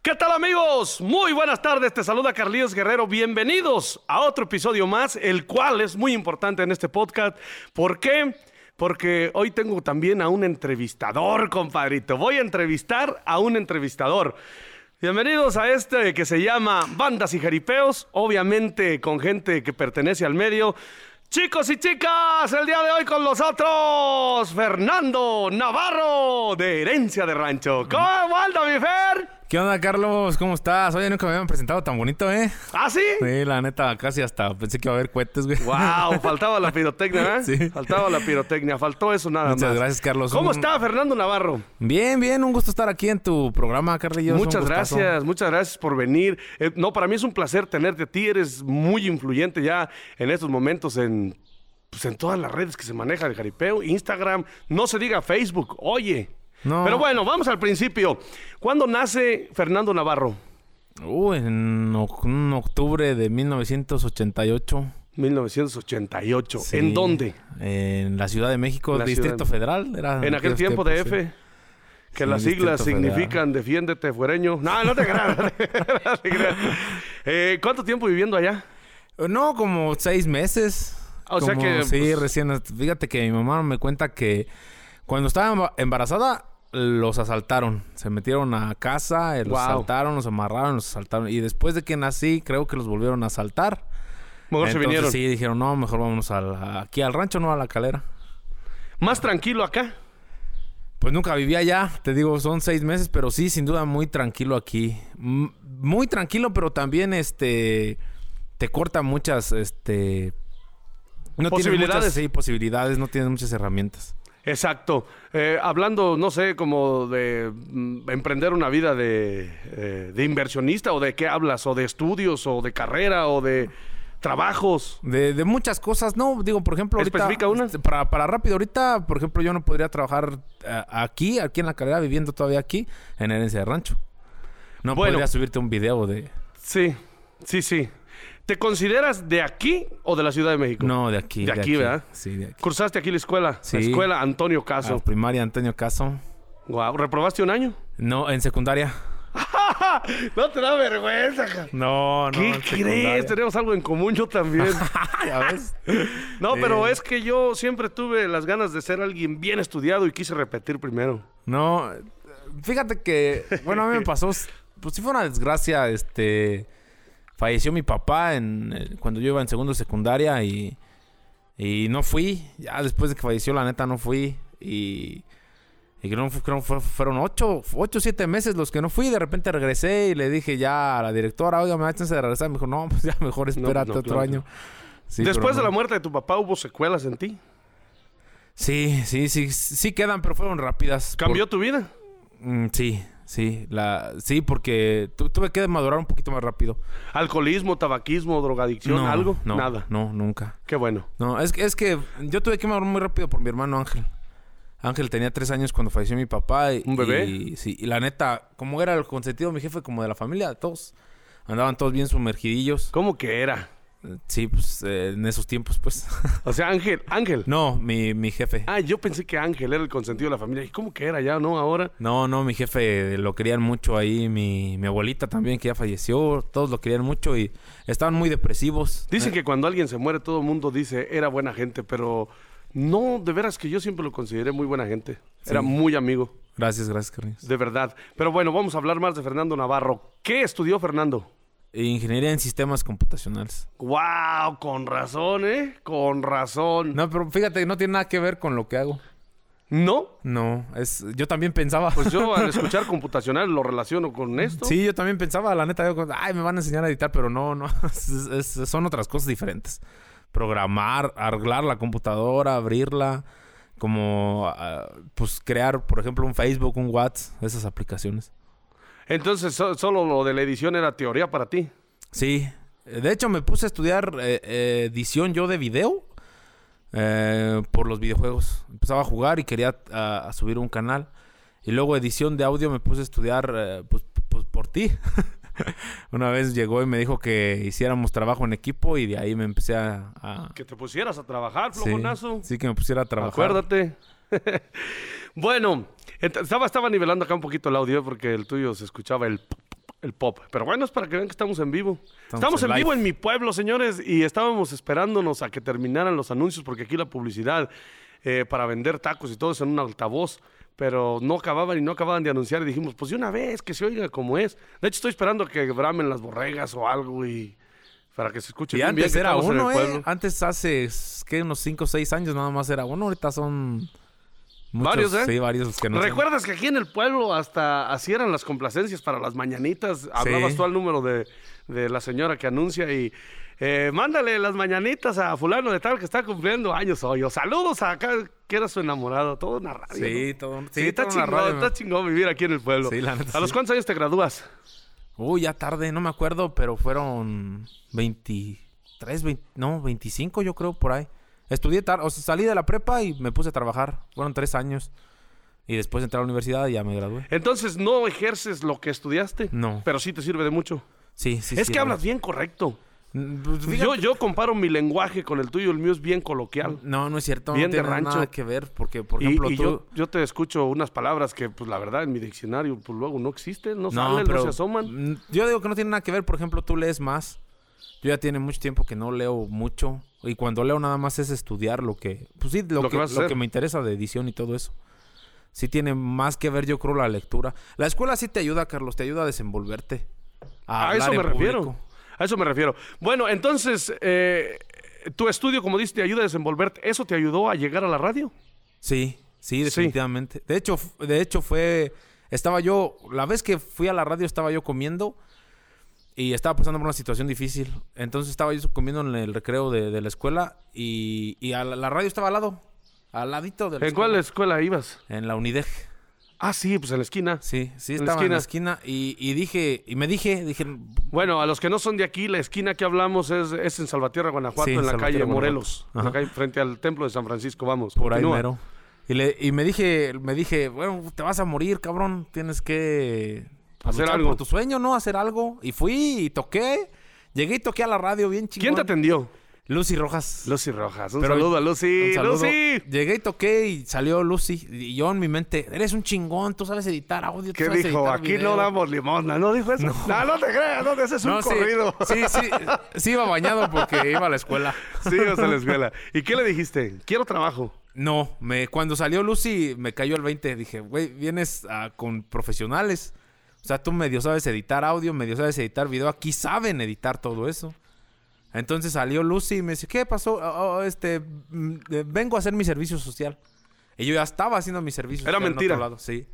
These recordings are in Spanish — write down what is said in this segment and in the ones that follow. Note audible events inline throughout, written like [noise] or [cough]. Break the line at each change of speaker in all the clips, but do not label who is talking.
¿Qué tal amigos? Muy buenas tardes, te saluda Carlitos Guerrero, bienvenidos a otro episodio más, el cual es muy importante en este podcast. ¿Por qué? Porque hoy tengo también a un entrevistador, compadrito. Voy a entrevistar a un entrevistador. Bienvenidos a este que se llama Bandas y Jaripeos, obviamente con gente que pertenece al medio. Chicos y chicas, el día de hoy con nosotros, Fernando Navarro, de Herencia de Rancho. ¿Cómo anda, mi Fer?
¿Qué onda, Carlos? ¿Cómo estás? Oye, nunca me habían presentado tan bonito, ¿eh?
¿Ah, sí?
Sí, la neta, casi hasta pensé que iba a haber cohetes, güey.
Wow, faltaba la pirotecnia, ¿eh?
Sí.
Faltaba la pirotecnia, faltó eso nada
Muchas
más.
gracias, Carlos.
¿Cómo
Un-
está Fernando Navarro?
[laughs] Bien, bien, un gusto estar aquí en tu programa, Carlillos. Un
Muchas
gustazo.
gracias, muchas gracias por venir. Eh, no, para mí es un placer tenerte a ti, eres muy influyente ya en estos momentos en, pues, en todas las redes que se maneja el jaripeo, Instagram, no se diga Facebook, oye.
No.
Pero bueno, vamos al principio. ¿Cuándo nace Fernando Navarro?
Uh, en oc- un octubre de 1988.
1988.
Sí.
¿En dónde?
En la Ciudad de México,
La
Distrito
Ciudad-
Federal. Era
En aquel
aquellos
tiempo de
tiempos, sí.
F. Que
Sí,
las siglas
Distrito Federal.
significan defiéndete fuereño. No, no te creas. [laughs] no te creas. Eh, ¿Cuánto tiempo viviendo allá?
Eh, No, como seis meses.
O sea
Como-
que,
Sí,
pues-
recién. Fíjate que mi mamá me cuenta que cuando estaba emba- embarazada, los asaltaron. Se metieron a casa, eh, los
Wow.
asaltaron, los amarraron, los asaltaron. Y después de que nací, creo que los volvieron a asaltar.
Mejor se
Entonces,
vinieron.
Sí, dijeron, no, mejor vámonos a la- aquí al rancho, no a la calera.
Más tranquilo acá.
Pues nunca viví allá, te digo, son seis meses, pero sí, sin duda, muy tranquilo aquí. M- muy tranquilo, pero también, este, te corta muchas, este... No
Posibilidades.
Tienes muchas, sí, posibilidades, no tienes muchas herramientas.
Exacto. Eh, hablando, no sé, como de mm, emprender una vida de, eh, de inversionista o de qué hablas, o de estudios, o de carrera, o de trabajos.
De, de muchas cosas, no, digo, por ejemplo, ahorita...
¿Especifica una?
este, Para, para rápido, ahorita, por ejemplo, yo no podría trabajar eh, aquí, aquí en la carrera, viviendo todavía aquí, en herencia de rancho. No
Bueno.
podría subirte un video de...
Sí, sí, sí. ¿Te consideras de aquí o de la Ciudad de México?
No, de aquí.
De aquí, ¿verdad?
Sí, de aquí.
¿Cursaste aquí la escuela?
Sí.
La escuela Antonio Caso.
Ah, primaria, Antonio Caso.
Guau, ¿Reprobaste un año?
No, en secundaria.
No te da vergüenza, ja.
No, no.
¿Qué
en secundaria.
crees? Tenemos algo en común yo también.
[laughs] Ya ves.
No, pero
Eh.
es que yo siempre tuve las ganas de ser alguien bien estudiado y quise repetir primero.
No, fíjate que, bueno, a mí me pasó, pues sí fue una desgracia, este, falleció mi papá en, eh, cuando yo iba en segundo de secundaria y, y no fui, ya después de que falleció la neta no fui y, y creo, fu- creo fue- fueron ocho, ocho, siete meses los que no fui, de repente regresé y le dije ya a la directora, oiga, me da chance de regresar, me dijo, no, pues ya mejor espérate
no,
otro
claro.
año. Sí,
Después
pero
de
no.
la muerte de tu papá, ¿hubo secuelas en ti?
Sí, sí, sí, sí quedan, pero fueron rápidas. por-
¿Cambió tu vida?
Mm, sí, sí, la, sí, porque tu- tuve que madurar un poquito más rápido.
¿Alcoholismo, tabaquismo, drogadicción, algo?
no,
Nada.
No, nunca.
Qué bueno.
No, es que, es que yo tuve que madurar muy rápido por mi hermano Ángel. Ángel tenía tres años cuando falleció mi papá. Y,
¿Un bebé?
Y, sí, y la neta, como era el consentido de mi jefe, como de la familia, todos andaban todos bien sumergidillos.
¿Cómo que era?
Sí, pues eh, en esos tiempos, pues. [laughs]
O sea, Ángel, Ángel.
no, mi, mi jefe.
Ah, yo pensé que Ángel era el consentido de la familia. ¿Y cómo que era ya, no? Ahora.
No, no, mi jefe lo querían mucho ahí, mi, mi abuelita también que ya falleció, todos lo querían mucho y estaban muy depresivos.
Dicen que cuando alguien se muere todo el mundo dice era buena gente, pero no, de veras que yo siempre lo consideré muy buena gente. Era muy amigo,
Gracias, gracias, Carlos.
de verdad. Pero bueno, vamos a hablar más de Fernando Navarro. ¿Qué estudió Fernando?
Ingeniería en sistemas computacionales.
¡Wow! Con razón, ¿eh? Con razón. No.
No, pero fíjate, no tiene nada que ver con lo que hago. No, es yo también pensaba.
Pues yo al escuchar computacional lo relaciono con esto.
[laughs] sí, yo también pensaba, la neta, yo, con- ay, me van a enseñar a editar, pero no, [laughs] no, es- es- son otras cosas diferentes. Programar, arreglar la computadora, abrirla, como ah, pues crear, por ejemplo, un Facebook, un WhatsApp, esas aplicaciones.
Entonces, so- solo lo de la edición era teoría para ti.
Sí. Eh, De hecho, me puse a estudiar eh, eh, edición yo de video eh, por los videojuegos. Empezaba a jugar y quería ah, a subir un canal. Y luego edición de audio me puse a estudiar eh, pues, pues por ti. [laughs] Una vez llegó y me dijo que hiciéramos trabajo en equipo y de ahí me empecé a... a-
Que te pusieras a trabajar,
sí,
flojonazo.
sí, que me pusiera a trabajar.
Acuérdate. [laughs] eh, bueno, ent- estaba, estaba nivelando acá un poquito el audio porque el tuyo se escuchaba el... p- p- p- El pop. Pero bueno, es para que vean que estamos en vivo. Estamos,
Estamos
en
en
vivo
live.
en mi pueblo, señores, y estábamos esperándonos a que terminaran los anuncios, porque aquí la publicidad eh, para vender tacos y todo es en un altavoz, pero no acababan y no acababan de anunciar y dijimos, pues de una vez, que se oiga como es. De hecho, estoy esperando que bramen las borregas o algo y para que se escuche
Y
bien, bien
antes
que
era
estamos en el
uno, ¿eh?
pueblo.
Antes hace, ¿qué? Unos 5 o 6 años nada más era uno. Ahorita son... muchos,
Varios, ¿eh?
Sí, varios que no son.
¿Recuerdas que aquí en el pueblo hasta así eran las complacencias para las mañanitas? Hablabas tú al número de, de la señora que anuncia y eh, mándale las mañanitas a fulano de tal que está cumpliendo años hoy. O saludos a acá que era su enamorado. Todo una radio.
Sí,
¿no?
todo.
Sí, está
todo en la
chingón,
radio,
está
¿no?
chingón vivir aquí en el pueblo.
Sí, la neta,
¿A los
sí.
cuántos años te gradúas?
Uy, ya tarde, no me acuerdo, pero fueron 23, 20, no, 25 yo creo por ahí. Estudié tarde, o sea, salí de la prepa y me puse a trabajar. Fueron tres años. Y después entré a la universidad y ya me gradué.
Entonces no ejerces lo que estudiaste,
No.
pero sí te sirve de mucho.
Sí, sí,
es
sí,
que
la
hablas bien correcto.
verdad. Mm, pues, fíjate-
Yo, yo comparo mi lenguaje con el tuyo, el mío es bien coloquial.
No, no es cierto,
Bien
no
de
tiene
rancho.
nada que ver, porque, por
Y-
ejemplo,
y,
tú...
yo, yo te escucho unas palabras que, pues la verdad, en mi diccionario, pues luego no existen, no, salen, no se asoman.
mm, Yo digo que no tiene nada que ver. Por ejemplo, tú lees más. Yo ya tiene mucho tiempo que no leo mucho. Y cuando leo nada más es estudiar lo que... Pues sí, lo,
Lo que
que,
vas a
lo
hacer.
que me interesa de edición y todo eso. Sí tiene más que ver, yo creo, la lectura. La escuela sí te ayuda, Carlos. Te ayuda a desenvolverte.
A,
hablar
eso me
en
refiero.
público.
A eso me refiero. Bueno, entonces, eh, tu estudio, como dices, te ayuda a desenvolverte. ¿Eso te ayudó a llegar a la radio?
Sí, sí,
Sí.
definitivamente. De hecho, f- de hecho fue estaba yo la vez que fui a la radio estaba yo comiendo y estaba pasando por una situación difícil. Entonces estaba yo comiendo en el recreo de, de la escuela y, y a la, la radio estaba al lado, al ladito de la
¿En cuál escuela ibas?
En la Unideg.
Ah, sí, pues en la esquina.
Sí, sí
En la
estaba en la esquina y, y dije y me dije, dije
Bueno, a los que no son de aquí, la esquina que hablamos es, es en Salvatierra, Guanajuato,
Sí,
en la
Salvatierra,
calle
Guanajuato.
Morelos, en la
Ajá.
calle frente al templo de San Francisco, vamos.
por ahí
continúa.
mero. Y, le, y me dije, me dije, bueno, te vas a morir, cabrón, tienes que pues,
Hacer
luchar
algo.
por tu sueño, ¿no? Hacer algo. Y fui y toqué. Llegué y toqué a la radio bien chingón.
¿Quién te atendió?
Lucy Rojas.
Lucy Rojas. Un
Pero-
saludo a Lucy.
Un saludo.
Lucy.
Llegué y toqué y salió Lucy. Y yo en mi mente, eres un chingón, tú sabes editar audio, tú
¿Qué
sabes
dijo?
editar
Aquí
video".
no damos limosna, ¿no dijo eso? No, no, te creas, no, ese es un
No, sí,
corrido.
Sí, sí, sí iba bañado porque iba a la escuela.
[laughs] Sí, ibas a la escuela. ¿Y qué le dijiste? Quiero trabajo.
No, me, cuando salió Lucy me cayó el 20. Dije, güey, vienes ah, con profesionales. O sea, tú medio sabes editar audio, medio sabes editar video. Aquí saben editar todo eso. Entonces salió Lucy y me dice, ¿qué pasó? Oh, oh, este, mm, eh, vengo a hacer mi servicio social. Y yo ya estaba haciendo mi servicio
Era
social en otro
mentira.
lado, Sí,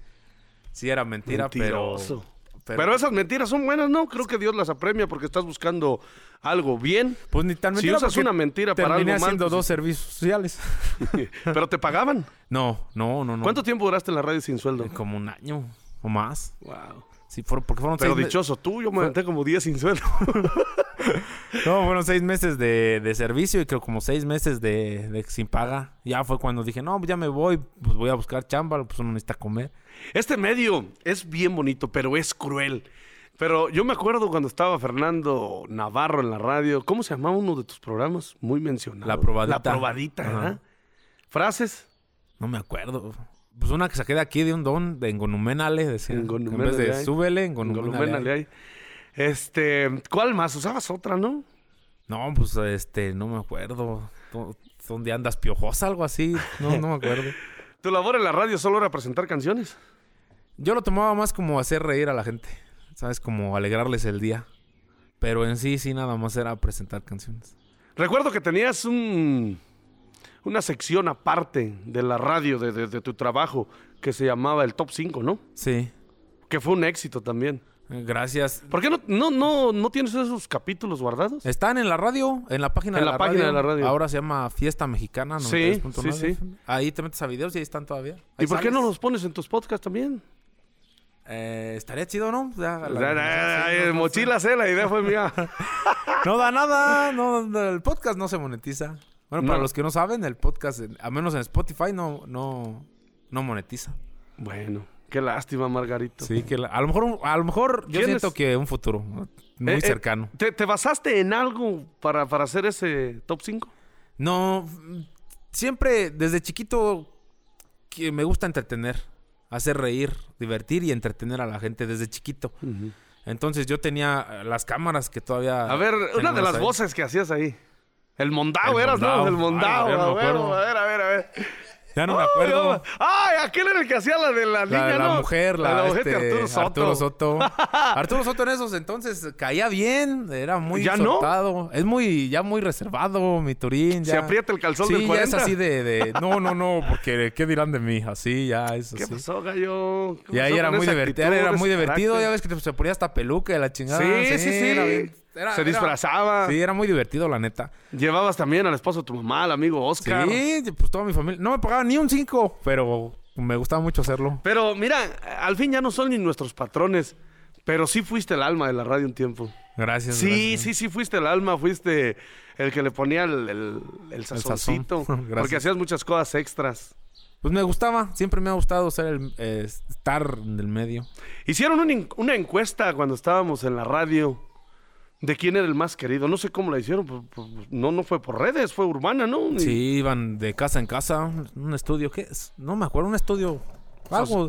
sí, era mentira, pero,
Mentiroso.
pero...
Pero, esas mentiras son buenas, ¿no? Creo que Dios las apremia porque estás buscando algo bien. [laughs]
Pues ni tan
Si
mentira
usas
porque
una mentira para
terminé
algo mal,
haciendo
pues-
dos servicios sociales. [laughs]
Pero te pagaban.
No, no, no, no.
¿Cuánto tiempo duraste en la radio sin sueldo?
Como un año o más.
Wow.
Sí, fueron- porque fueron
Pero
seis me-
dichoso, tú, yo me aventé como 10 sin sueldo.
No, fueron seis meses de, de servicio y creo como seis meses de, de sin paga. Ya fue cuando dije, no, pues ya me voy, pues voy a buscar chamba, pues uno necesita comer.
Este medio es bien bonito, pero es cruel. Pero yo me acuerdo cuando estaba Fernando Navarro en la radio, ¿cómo se llamaba uno de tus programas? Muy mencionado.
La probadita.
La probadita,
Ajá.
¿verdad? Frases.
No me acuerdo. Pues una que saqué de aquí de un don, de Engonumenale, decía. En
Engonuménale
vez de
ahí.
súbele,
Columena
Engonumenale.
le hay. Este, ¿cuál más? Usabas otra, ¿no?
No, pues este, no me acuerdo. Do- ¿Dónde andas piojosa? Algo así. No, no me acuerdo.
Tu labor en la radio solo era presentar canciones.
Yo lo tomaba más como hacer reír a la gente. ¿Sabes? Como alegrarles el día. Pero en sí, sí, nada más era presentar canciones.
Recuerdo que tenías un, una sección aparte de la radio, de, de- de tu trabajo, que se llamaba el Top 5, ¿no?
Sí.
Que fue un éxito también.
Gracias.
¿Por qué no, no, no, no tienes esos capítulos guardados?
Están en la radio, en la página,
En
de,
la
la
página
radio.
de la radio.
Ahora se llama Fiesta Mexicana.
Sí,
93.9.
sí, sí.
Ahí te metes a videos y ahí están todavía.
¿Y
Ahí
por qué no
sales.
los pones en tus podcasts también?
Eh, estaría chido, ¿no? Ya, la-
Ay,
sí, no, no
Mochilas, eh, la idea fue
[laughs]
mía.
sé. No da nada. No, no, el podcast no se monetiza. Bueno,
No.
para los que no saben, el podcast, en- a menos en Spotify, no, no, no monetiza.
bueno, qué lástima, Margarito.
Sí, que la- a lo mejor, un- a lo mejor yo
¿Quién
siento
es?
que un futuro ¿no? muy
Eh, eh,
cercano.
¿te, te basaste en algo para, para hacer ese Top 5?
No, mm, siempre desde chiquito que me gusta entretener, hacer reír, divertir y entretener a la gente desde chiquito. Entonces yo tenía eh, las cámaras que todavía.
A ver, una
tenemos
de las
Ah, ahí.
voces que hacías ahí. El Mondao
El
eras, ¿no?
Mondao.
El
Ay, ya no
Mondao.
me
A ver,
acuerdo.
a ver, a ver, a ver.
Ya no me
Ay,
acuerdo.
Ay, aquel era el que hacía la de la niña,
La, la
¿no?
mujer, la,
de ojete,
este,
Arturo Soto.
Arturo
[laughs]
Soto. Arturo Soto en esos entonces caía bien, era muy
¿Ya no?
soltado. Es muy, ya muy reservado, mi Turín.
Se
ya.
aprieta el calzón
sí,
del 40.
ya es así de, de, no, no, no, porque ¿qué dirán de mí? Así, ya es
¿Qué
así.
pasó, gallo? ¿Qué
Y ahí
pasó
era
con
muy
esa
divertido,
actitud,
era muy
ese
divertido, ya
carácter?
ves que te- pues, se ponía hasta peluca y la chingada.
Sí, sí, sí.
Ah, era bien- era-
Se
era-
disfrazaba.
Sí, era muy divertido, la neta.
Llevabas también al esposo de tu mamá, al amigo Oscar.
Sí, pues toda mi familia. No me pagaban ni un 5, pero me gustaba mucho hacerlo.
Pero mira, al fin ya no son ni nuestros patrones, pero sí fuiste el alma de la radio un tiempo.
Gracias.
Sí,
gracias.
sí, sí, fuiste el alma, fuiste el que le ponía el, el, el sazoncito,
sazón. [laughs] Gracias.
porque hacías muchas cosas extras.
Pues me gustaba, siempre me ha gustado ser el, eh, estar en el medio.
Hicieron una en- una encuesta cuando estábamos en la radio de quién era el más querido. No sé cómo la hicieron, pu- pu- no, no fue por redes, fue urbana, ¿no? Ni-
Sí, iban de casa en casa, un- un estudio, ¿qué es? No me acuerdo, un estudio, algo,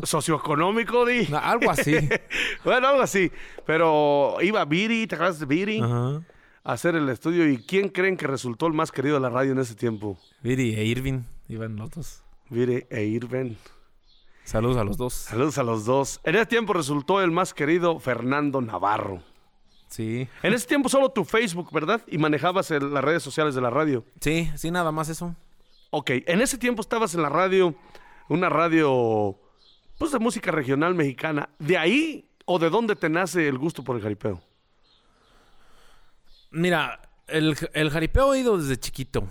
so- socioeconómico, di. [laughs]
algo así.
Bueno, algo así. Pero iba Biri, ¿te acuerdas de Biri?
Ajá.
A hacer el estudio. ¿Y quién creen que resultó el más querido de la radio en ese tiempo?
Viri e Irving iban los dos.
Biri e Irven.
Saludos a los dos.
Saludos a los dos. En ese tiempo resultó el más querido Fernando Navarro.
Sí,
En ese tiempo solo tu Facebook, ¿verdad? Y manejabas el- las redes sociales de la radio.
sí, sí, nada más eso.
Ok, en ese tiempo estabas en la radio, una radio, pues de música regional mexicana. ¿De ahí o de dónde te nace el gusto por el jaripeo?
Mira, el, el jaripeo he ido desde chiquito.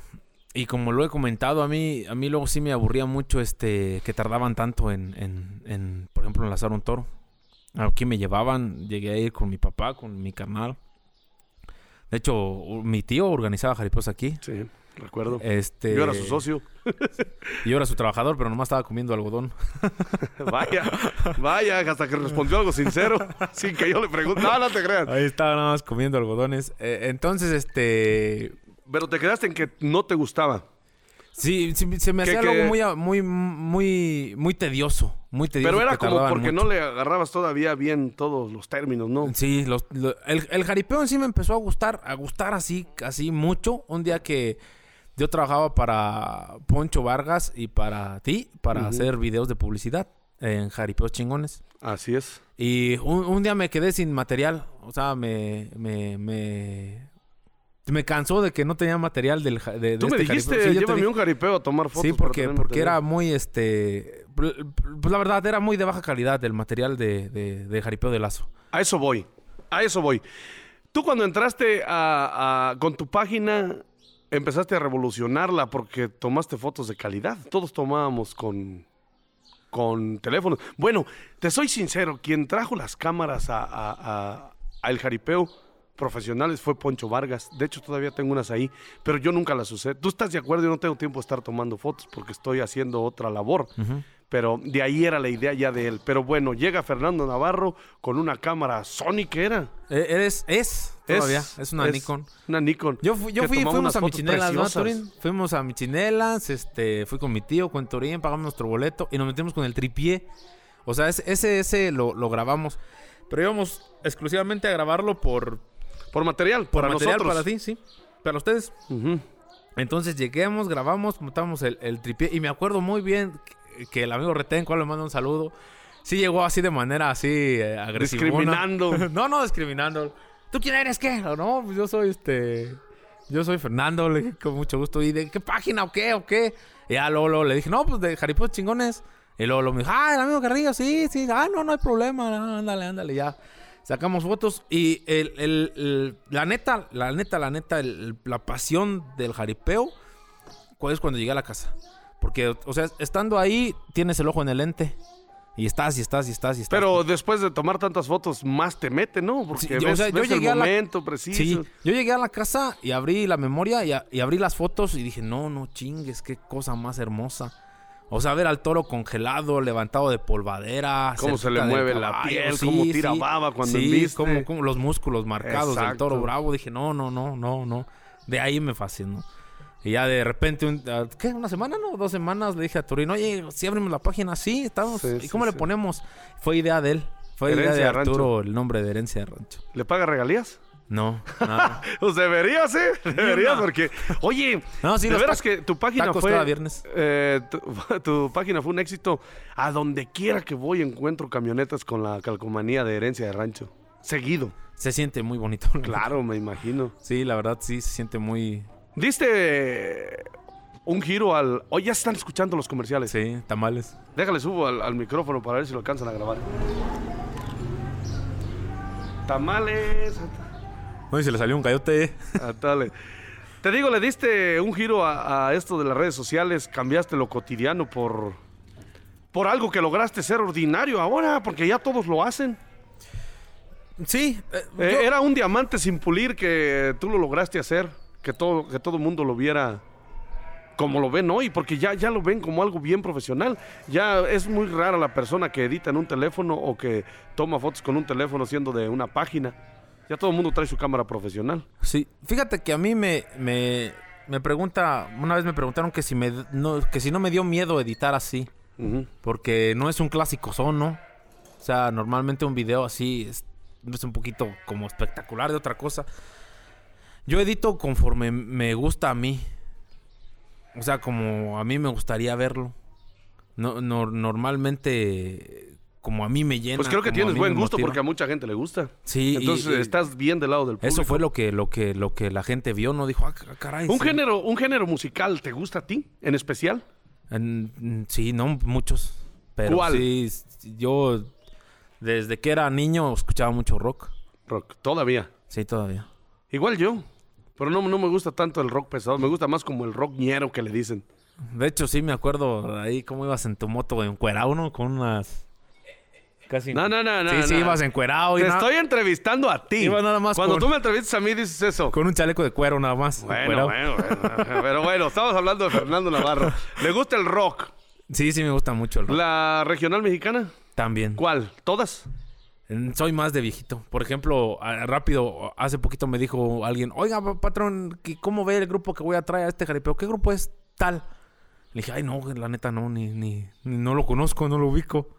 Y como lo he comentado, a mí, a mí luego sí me aburría mucho este que tardaban tanto en, en, en, por ejemplo, enlazar un toro. Aquí me llevaban, llegué a ir con mi papá, con mi carnal. De hecho, u- mi tío organizaba jaripeos aquí.
Sí, recuerdo.
Este,
Yo era su socio.
Yo era su trabajador, pero nomás estaba
[laughs]
comiendo algodón.
Vaya, vaya, hasta que respondió algo
[laughs]
sincero, sin que yo le pregunte. No, no te creas.
Ahí estaba nada más comiendo algodones. Eh, entonces, este,
Pero te quedaste en que no te gustaba.
Sí, sí, se me
Que-
hacía
que-
algo muy, a- muy, muy, muy tedioso. Muy tedioso.
Pero era
que
como
tardaban
porque
mucho.
no le agarrabas todavía bien todos los términos, ¿no?
Sí, los- lo- el, el jaripeo en sí me empezó a gustar, a gustar así, así mucho. Un día que yo trabajaba para Poncho Vargas y para ti, para hacer videos de publicidad en jaripeos chingones.
Así es.
Y un, un día me quedé sin material. O sea, me. me, me me cansó de que no tenía material del ja- de, de
Tú me
este jaripeo.
dijiste,
Sí, yo te
llévame
dije-
un jaripeo a tomar fotos.
Sí,
para
porque,
tener
porque era
material.
muy, este... pl- pl- Pues la verdad, era muy de baja calidad el material de, de, de Jaripeo de Lazo.
A eso voy, a eso voy. Tú cuando entraste a- a- con tu página, empezaste a revolucionarla porque tomaste fotos de calidad. Todos tomábamos con, con teléfonos. Bueno, te soy sincero, quien trajo las cámaras a, a- a- a El Jaripeo profesionales fue Poncho Vargas. De hecho, todavía tengo unas ahí, pero yo nunca las usé. Tú estás de acuerdo, yo no tengo tiempo de estar tomando fotos porque estoy haciendo otra labor. Pero de ahí era la idea ya de él. Pero bueno, llega Fernando Navarro con una cámara Sony que era.
E- Eres, es, todavía. Es, una
es
Nikon.
Una Nikon.
Yo, fui, yo
que
fui,
tomaba
fuimos
unas
a
fotos
Michinelas, ¿no,
preciosas.
Turín? Fuimos a Michinelas, este... Fui con mi tío, con Turín, pagamos nuestro boleto y nos metimos con el tripié. O sea, ese, ese, ese lo, lo grabamos. Pero íbamos exclusivamente a grabarlo por...
Por material,
Por
para
material
nosotros.
para ti, sí. Para ustedes.
Ujú.
Entonces lleguemos, grabamos, montamos el, el tripié. Y me acuerdo muy bien que, que el amigo Retén, cual le mando un saludo, sí llegó así de manera así eh, agresiva.
Discriminando.
[laughs] no, no discriminando. ¿Tú quién eres qué? No, pues yo soy este. Yo soy Fernando, le dije con mucho gusto. ¿Y de qué página o qué o qué? Y ya luego, luego le dije, no, pues de Jaripos Chingones. Y luego, luego me dijo, ah, el amigo Carrillo, sí, sí, ah, no, no hay problema, ah, ándale, ándale, ya. Sacamos fotos y el, el- el- la neta, la neta, la neta, el- la pasión del jaripeo ¿Cuál es cuando llegué a la casa? Porque, o sea, estando ahí, tienes el ojo en el lente. Y estás, y estás, y estás, y estás.
Pero después de tomar tantas fotos, más te mete, ¿no? Porque
Sí, yo-
ves,
o sea, yo
ves el
llegué a la-
momento
Sí,
preciso.
yo llegué a la casa y abrí la memoria y, a- y abrí las fotos y dije, no, no chingues, qué cosa más hermosa. O sea, ver al toro congelado, levantado de polvadera.
Cómo se le
cerquita del
mueve la piel, cómo tira baba cuando
Sí,
embiste.
cómo, cómo los músculos marcados del
Exacto.
toro bravo. Dije, no, no, no, no, no. De ahí me fascinó. Y ya de repente, un- ah, ¿qué? ¿Una semana, no? Dos semanas le dije a Turín, oye, si abrimos la página, sí, estamos.
Sí,
¿Y
sí,
cómo le
sí.
ponemos? Fue idea de él. Fue idea
Herencia
de
de rancho.
Arturo el nombre de herencia de rancho.
¿Le paga regalías? [laughs]
No, nada.
Pues deberías, ¿eh? Deberías,
una.
porque. Oye,
No, sí,
de
los
veras
tac-
que tu página
tacos
fue.
cada viernes.
eh, tu, [laughs] tu página fue un éxito. A donde quiera que voy encuentro camionetas con la calcomanía de herencia de rancho. Seguido.
se siente muy bonito.
Claro, me imagino.
Sí, la verdad sí se siente muy.
Diste un giro al. Hoy ya están escuchando los comerciales.
Sí, tamales.
Déjale subo al, al micrófono para ver si lo alcanzan a grabar. [laughs] Tamales.
Uy, se le salió un cayote. ¿eh?
Ah, dale. Te digo, le diste un giro a, a esto de las redes sociales, cambiaste lo cotidiano por, por algo que lograste ser ordinario ahora, porque ya todos lo hacen.
Sí, eh,
Eh,
yo-
Era un diamante sin pulir que tú lo lograste hacer, que todo que todo mundo lo viera como lo ven hoy, porque ya, ya lo ven como algo bien profesional. Ya es muy rara la persona que edita en un teléfono o que toma fotos con un teléfono siendo de una página. Ya todo el mundo trae su cámara profesional.
Sí, fíjate que a mí me, me, me pregunta, una vez me preguntaron que si, me, no, que si no me dio miedo editar así,
Ujú.
porque no es un clásico son, ¿no? O sea, normalmente un video así es, es un poquito como espectacular de otra cosa. Yo edito conforme me gusta a mí. O sea, como a mí me gustaría verlo. No, no- normalmente, eh, como a mí me llena.
Pues creo que
como a
tienes
mí
buen
me
gusto
motiva.
porque a mucha gente le gusta.
Sí, y-
Entonces
y-
estás bien del lado del público.
Eso fue lo que, lo que, lo que la gente vio, ¿no? Dijo, ah, ca- caray.
un
sí".
género, un género musical, ¿te gusta a ti en especial?
En- en- sí, no muchos. Pero
¿Cuál?
sí, s- yo desde que era niño escuchaba mucho rock.
Rock, todavía.
Sí, todavía.
Igual yo, pero no, no me gusta tanto el rock pesado, me gusta más como el rock ñero que le dicen.
De hecho, sí me acuerdo ahí cómo ibas en tu moto encuerado, ¿no? Con unas... Casi...
No, no, no, no,
Sí, sí,
no.
ibas encuerado. y
Te
na-
estoy entrevistando a ti.
Iba nada más
Cuando
con-
tú me entrevistas a mí dices eso.
Con un chaleco de cuero nada más.
Bueno,
encuerado.
bueno, bueno, pero bueno, estamos hablando de Fernando Navarro. ¿Le gusta el rock?
Sí, sí me gusta mucho el rock.
¿La regional mexicana?
También.
¿Cuál? ¿Todas?
Mm, Soy más de viejito. Por ejemplo, a- rápido, hace poquito me dijo alguien, oiga, pa- patrón, ¿qué- ¿cómo ve el grupo que voy a traer a este jaripeo? ¿Qué grupo es tal? Le dije, ay, no, güey, la neta no, ni, ni, ni- no lo conozco, no lo ubico.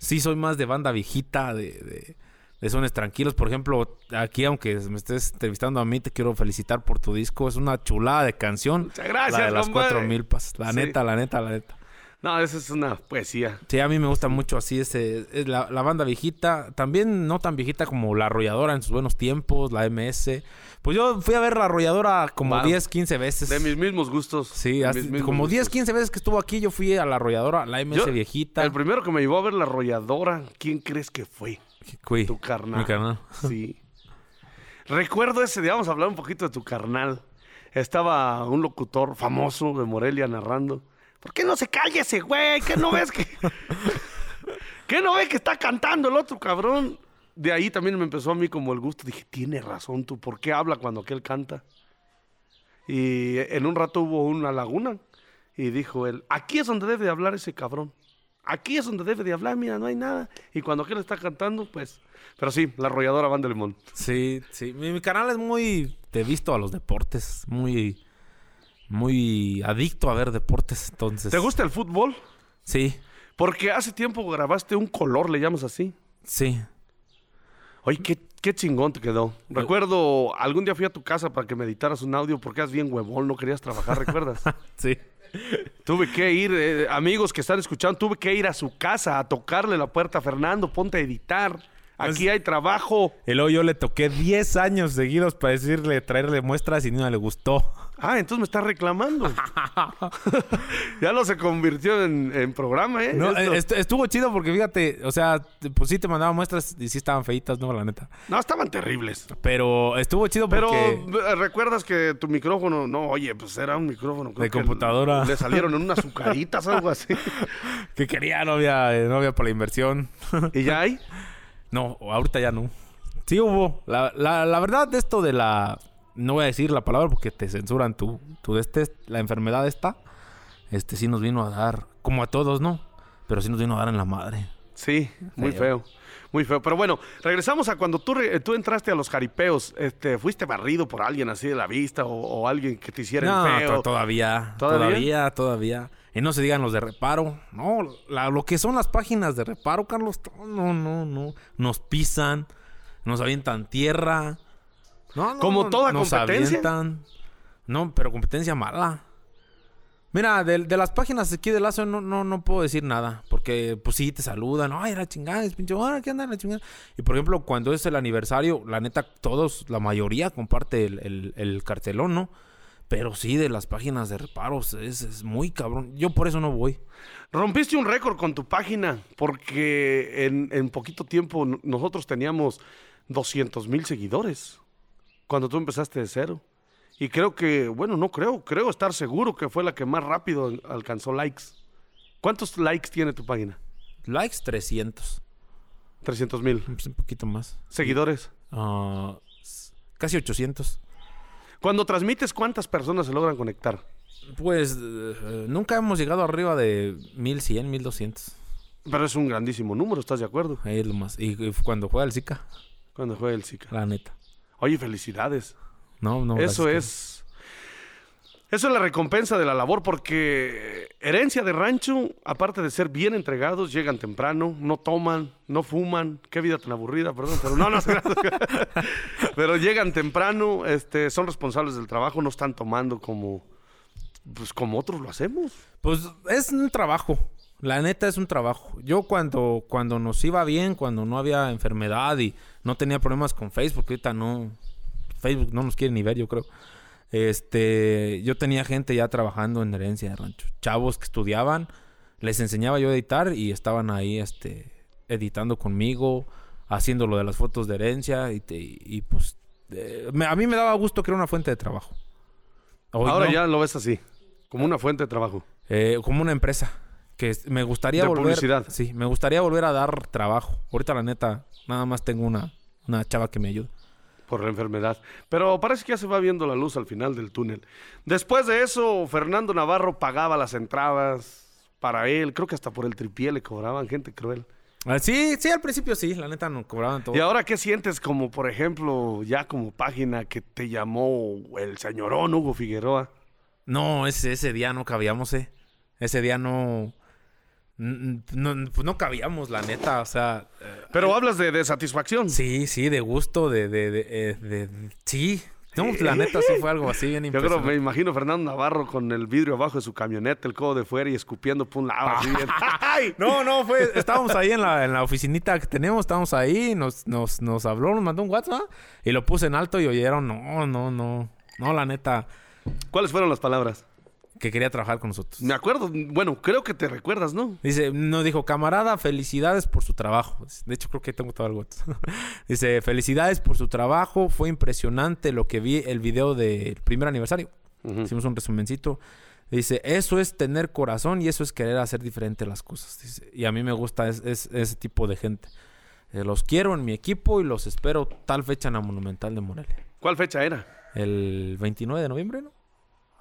Sí, soy más de banda viejita, de, de, de sones tranquilos. Por ejemplo, aquí, aunque me estés entrevistando a mí, te quiero felicitar por tu disco. Es una chulada de canción.
Muchas gracias,
La de las
compadre.
cuatro milpas. La
Sí.
neta, la neta, la neta.
No, esa es una poesía.
Sí, a mí me gusta mucho así ese, es la, la banda viejita, también no tan viejita como La Arrolladora en sus buenos tiempos, la MS. Pues yo fui a ver La Arrolladora como
Wow.
10, 15 veces.
De mis mismos gustos.
sí,
De
hasta-
mis mismos
como
gustos.
10, 15 veces que estuvo aquí yo fui a La Arrolladora, la MS
Yo-
viejita.
El primero que me llevó a ver la arrolladora, ¿quién crees que fue?
Fui.
Tu carnal.
Mi carnal.
Sí. Recuerdo ese día, vamos a hablar un poquito de tu carnal. Estaba un locutor famoso de Morelia narrando. ¿Por qué no se calla ese güey? ¿Qué no ves que.? ¿Qué no ves que está cantando el otro cabrón? De ahí también me empezó a mí como el gusto. Dije, tiene razón tú, ¿por qué habla cuando aquel canta? Y en un rato hubo una laguna y dijo él, aquí es donde debe de hablar ese cabrón. Aquí es donde debe de hablar, mira, no hay nada. Y cuando aquel está cantando, pues... Pero sí, la arrolladora Van de Limón.
Sí, sí. Mi, mi carnal es muy de visto a los deportes, muy, muy adicto a ver deportes, entonces.
¿Te gusta el fútbol?
Sí,
Porque hace tiempo grabaste un color, le llamas así.
sí.
Oye, qué, qué chingón te quedó. Recuerdo, algún día fui a tu casa para que me editaras un audio porque eras bien huevón, no querías trabajar, ¿recuerdas?
Sí.
Tuve que ir, eh, amigos que están escuchando, tuve que ir a su casa a tocarle la puerta a Fernando, ponte a editar. Aquí hay trabajo.
Y luego yo le toqué 10 años seguidos para decirle, traerle muestras y ni una le gustó.
Ah, entonces me está reclamando. [laughs] ya no se convirtió en, en programa, ¿eh?
No,
Esto-
eh, est- estuvo chido porque fíjate, o sea, te- pues sí te mandaba muestras y sí estaban feitas, no, la neta.
no, estaban terribles.
Pero estuvo chido
Pero
porque...
eh, recuerdas que tu micrófono, no, oye, pues era un micrófono. creo
De
que
computadora.
Le salieron en unas azucaritas,
[laughs]
algo así.
que quería novia, eh, novia para la inversión.
y ya hay.
No, ahorita ya no. Sí hubo. La, la, la verdad, de esto de la. No voy a decir la palabra porque te censuran tú. Tú de este, la enfermedad esta. Este sí nos vino a dar. Como a todos, ¿no? Pero sí nos vino a dar en la madre.
Sí, muy
Feo.
feo. Muy feo. Pero bueno, regresamos a cuando tú, re- eh, tú entraste a los jaripeos. Este, ¿Fuiste barrido por alguien así de la vista o, o alguien que te hiciera
No,
el
to-
feo?
todavía,
¿Todavía?
todavía. Todavía, Y no se digan los de reparo. No, la- lo que son las páginas de reparo, Carlos. to- No, no, no. Nos pisan, nos avientan tierra. No, no,
Como
no,
toda
nos
competencia.
avientan. No, pero competencia mala. Mira, de, de las páginas aquí de Lazo no, no, no puedo decir nada. Porque, pues sí, te saludan. Ay, la chingada, es pinche. Ahora, ¿qué andan la chingada? Y por ejemplo, cuando es el aniversario, la neta, todos, la mayoría comparte el, el- el cartelón, ¿no? Pero sí, de las páginas de reparos, es, es muy cabrón. Yo por eso no voy.
Rompiste un récord con tu página porque en, en poquito tiempo n- nosotros teníamos 200 mil seguidores cuando tú empezaste de cero. Y creo que, bueno, no creo, creo estar seguro que fue la que más rápido al- alcanzó likes. ¿Cuántos likes tiene tu página?
Likes 300.
300 mil.
Pues, un poquito más.
Seguidores.
Ah, s- casi 800.
Cuando transmites, ¿cuántas personas se logran conectar?
Pues eh, nunca hemos llegado arriba de 1100, 1200.
Pero es un grandísimo número, ¿estás de acuerdo?
Ahí es lo más. Y, y cuando juega el Zika,
Cuando juega el Zika.
la neta.
Oye, felicidades.
No, no.
Eso
gracias.
es. Eso es la recompensa de la labor, porque herencia de rancho, aparte de ser bien entregados, llegan temprano, no toman, no fuman. Qué vida tan aburrida, perdón, pero no, [laughs] no. pero llegan temprano, este, son responsables del trabajo, no están tomando como. Pues como otros lo hacemos.
Pues es un trabajo. La neta es un trabajo. Yo cuando, cuando nos iba bien, cuando no había enfermedad y no tenía problemas con Facebook, ahorita no. Facebook no nos quiere ni ver, yo creo. Este, yo tenía gente ya trabajando en herencia de rancho. Chavos que estudiaban, les enseñaba yo a editar y estaban ahí, este, editando conmigo, haciendo lo de las fotos de herencia y, te- y, pues, eh, me- a mí me daba gusto que era una fuente de trabajo. Hoy
Ahora
no.
ya lo ves así, como una fuente de trabajo.
Eh, como una empresa. Que es- me gustaría
De
volver.
publicidad.
Sí, me gustaría volver a dar trabajo. Ahorita, la neta, nada más tengo una, una chava que me ayuda.
por la enfermedad. Pero parece que ya se va viendo la luz al final del túnel. Después de eso, Fernando Navarro pagaba las entradas para él. Creo que hasta por el tripié le cobraban gente cruel.
Ah, sí, sí, al principio sí, la neta nos cobraban todo.
¿Y ahora qué sientes como, por ejemplo, ya como página que te llamó el señorón Hugo Figueroa?
No, ese, ese día no cabíamos, eh. Ese día no. n- No, no- pues no cabíamos, la neta. O sea, eh,
Pero hablas de, de satisfacción.
sí, sí, de gusto, de. de, de, eh, de- de- sí. No, la neta sí fue algo así bien
Yo creo, me
impresionante.
imagino a Fernando Navarro con el vidrio abajo de su camioneta, el codo de fuera y escupiendo por un lado. así bien.
[laughs]
¡Ay!
No, no, fue. Estábamos ahí en la, en la oficinita que tenemos, estábamos ahí, nos, nos, nos habló, nos mandó un WhatsApp y lo puse en alto y oyeron, no, no, no. No, la neta,
¿Cuáles fueron las palabras?
que quería trabajar con nosotros.
Me acuerdo, bueno, creo que te recuerdas, ¿no?
Dice, no dijo, camarada, felicidades por su trabajo. De hecho, creo que tengo todo el WhatsApp. [laughs] Dice, felicidades por su trabajo. Fue impresionante lo que vi el video del primer aniversario. Hicimos un resumencito. Dice, eso es tener corazón y eso es querer hacer diferente las cosas. Dice, y a mí me gusta es- es- ese tipo de gente. Eh, los quiero en mi equipo y los espero tal fecha en la Monumental de Morelia.
¿Cuál fecha era?
El 29 de noviembre, ¿no?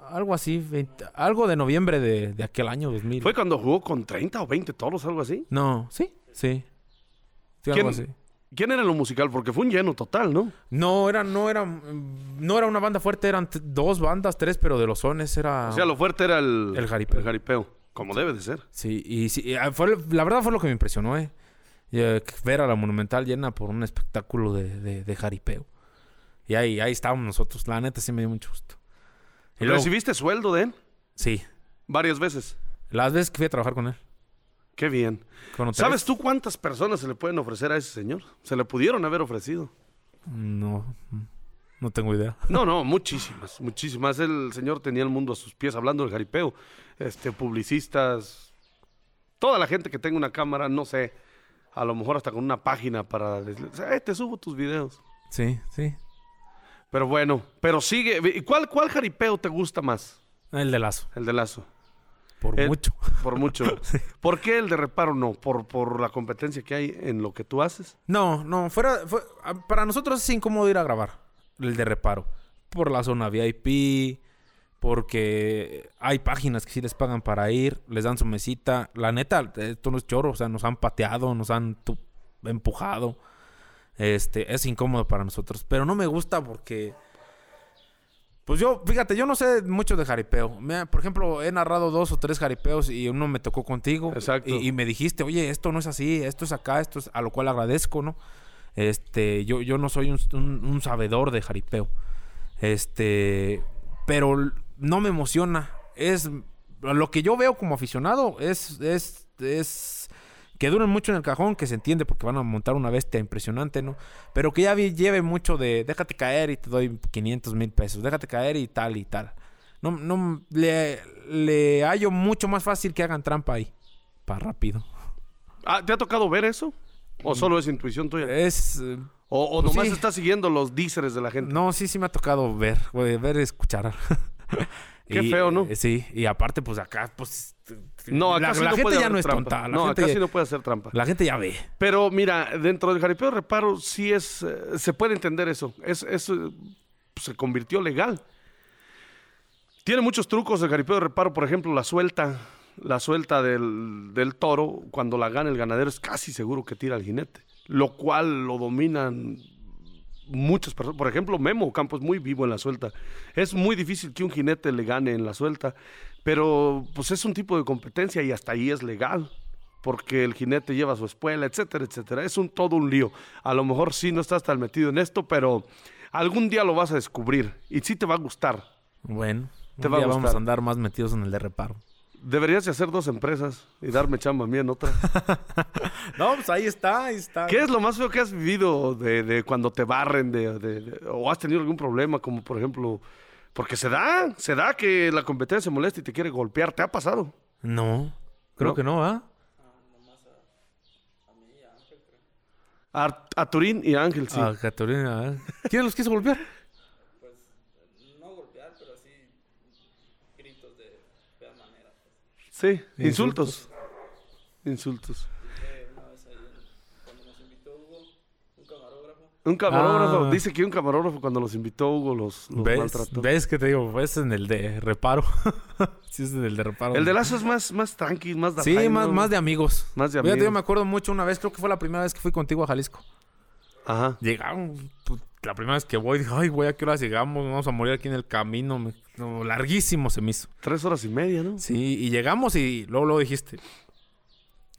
Algo así, 20 algo de noviembre de, de aquel año 2000.
¿Fue cuando jugó con 30 o 20 toros, algo así?
No, sí, sí. Sí,
¿Quién-
algo así.
¿Quién era lo musical? Porque fue un lleno total, ¿no?
No, era, no era, mm, no era una banda fuerte, eran t- dos bandas, tres, pero de los sones era.
O sea, lo fuerte era el,
Ah. El jaripeo.
el jaripeo, como debe de ser.
Sí, y sí, y, ah, fue, la verdad fue lo que me impresionó, eh. Y, eh, ver a la Monumental llena por un espectáculo de, de, de jaripeo. Y ahí, ahí estábamos nosotros, la neta sí me dio mucho gusto. Y luego-
¿Recibiste sueldo de él?
Sí,
Varias veces.
las veces que fui a trabajar con él.
Qué bien.
con hoteles,
¿Sabes tú cuántas personas se le pueden ofrecer a ese señor? Se le pudieron haber ofrecido.
No, mm, no tengo idea.
No, no, muchísimas, muchísimas. El señor tenía el mundo a sus pies hablando del jaripeo. Este, publicistas, toda la gente que tenga una cámara, no sé, a lo mejor hasta con una página para decirle, "Eh, te subo tus videos.
Sí, sí.
Pero bueno, pero sigue. ¿Y cuál, cuál jaripeo te gusta más?
El de Lazo,
El de Lazo.
por
El-
mucho.
Por mucho.
[laughs]
¿Por qué el de reparo no? ¿Por, por la competencia que hay en lo que tú haces?
No, no, fuera, fue- ah, para nosotros es incómodo ir a grabar el de reparo. Por la zona VIP, Porque hay páginas que sí les pagan para ir, les dan su mesita. La neta, esto no es choro, o sea, nos han pateado, nos han tu- empujado. Este, es incómodo para nosotros. Pero no me gusta porque. Pues yo, fíjate, yo no sé mucho de jaripeo. Me- por ejemplo, he narrado dos o tres jaripeos y uno me tocó contigo.
Exacto.
Y, y me dijiste, oye, esto no es así, esto es acá, esto es. A lo cual agradezco, ¿no? Este, yo, yo no soy un, un- un sabedor de jaripeo. Este, pero l- no me emociona. Es lo que yo veo como aficionado es, es, es que duren mucho en el cajón, que se entiende porque van a montar una bestia impresionante, ¿no? Pero que ya vi- lleve mucho de déjate caer y te doy 500 mil pesos, déjate caer y tal y tal. No, no le, le hallo mucho más fácil que hagan trampa ahí. Para rápido.
Ah, ¿Te ha tocado ver eso? ¿O solo es intuición tuya?
Es. eh,
¿O, o
pues
nomás
sí.
estás siguiendo los díceres de la gente?
No, sí, sí me ha tocado ver, güey, ver, escuchar.
[laughs] Qué feo, ¿no?
eh, Sí, y aparte, pues acá, pues.
No, acá
la,
sí
la
no
gente
puede
ya
haber
no es
trampa.
tonta. La,
no,
gente,
acá sí no puede hacer trampa.
la gente ya ve.
Pero mira, dentro del jaripeo reparo sí es, eh, se puede entender eso. Es, es, eh, se convirtió legal. Tiene muchos trucos el jaripeo de reparo, por ejemplo, la suelta, la suelta del, del toro, cuando la gana el ganadero es casi seguro que tira al jinete, lo cual lo dominan muchas personas. Por ejemplo, Memo Campo es muy vivo en la suelta. Es muy difícil que un jinete le gane en la suelta, pero pues es un tipo de competencia y hasta ahí es legal, porque el jinete lleva su espuela, etcétera, etcétera. Es un todo un lío. A lo mejor sí no estás tan metido en esto, pero algún día lo vas a descubrir y sí te va a gustar.
Bueno,
Te
un
va a
día vamos
gustar.
a andar más metidos en el de reparo.
Deberías de hacer dos empresas y darme chamba a mí en otra.
No, pues ahí está, ahí está.
¿Qué es lo más feo que has vivido de, de cuando te barren de, de- de- o has tenido algún problema, como por ejemplo, porque se da, se da que la competencia se molesta y te quiere golpear, ¿te ha pasado?
No, creo
No.
que no, ¿ah?
A, a Turín y a Ángel, sí.
A Ah, Caterina, ¿eh? ¿Quién los quiso golpear?
sí, insultos. Insultos. Un camarógrafo,
Ah.
dice que un camarógrafo cuando los invitó Hugo los, los
¿Ves?
maltrató.
¿Ves que te digo? Es en el de reparo. [laughs] sí, es en el de reparo.
El de Lazo es más, más tranqui, más de
Sí,
afán,
más,
¿no?
más de amigos.
Más de
Fíjate,
amigos.
Yo me acuerdo mucho una vez, creo que fue la primera vez que fui contigo a Jalisco.
Ajá.
Llegaron, pu- la primera vez que voy, dije, ay, güey, ¿a qué horas llegamos? Nos Vamos a morir aquí en el camino. me- no, larguísimo se me hizo.
Tres horas y media, ¿no?
Sí, y llegamos y luego lo dijiste.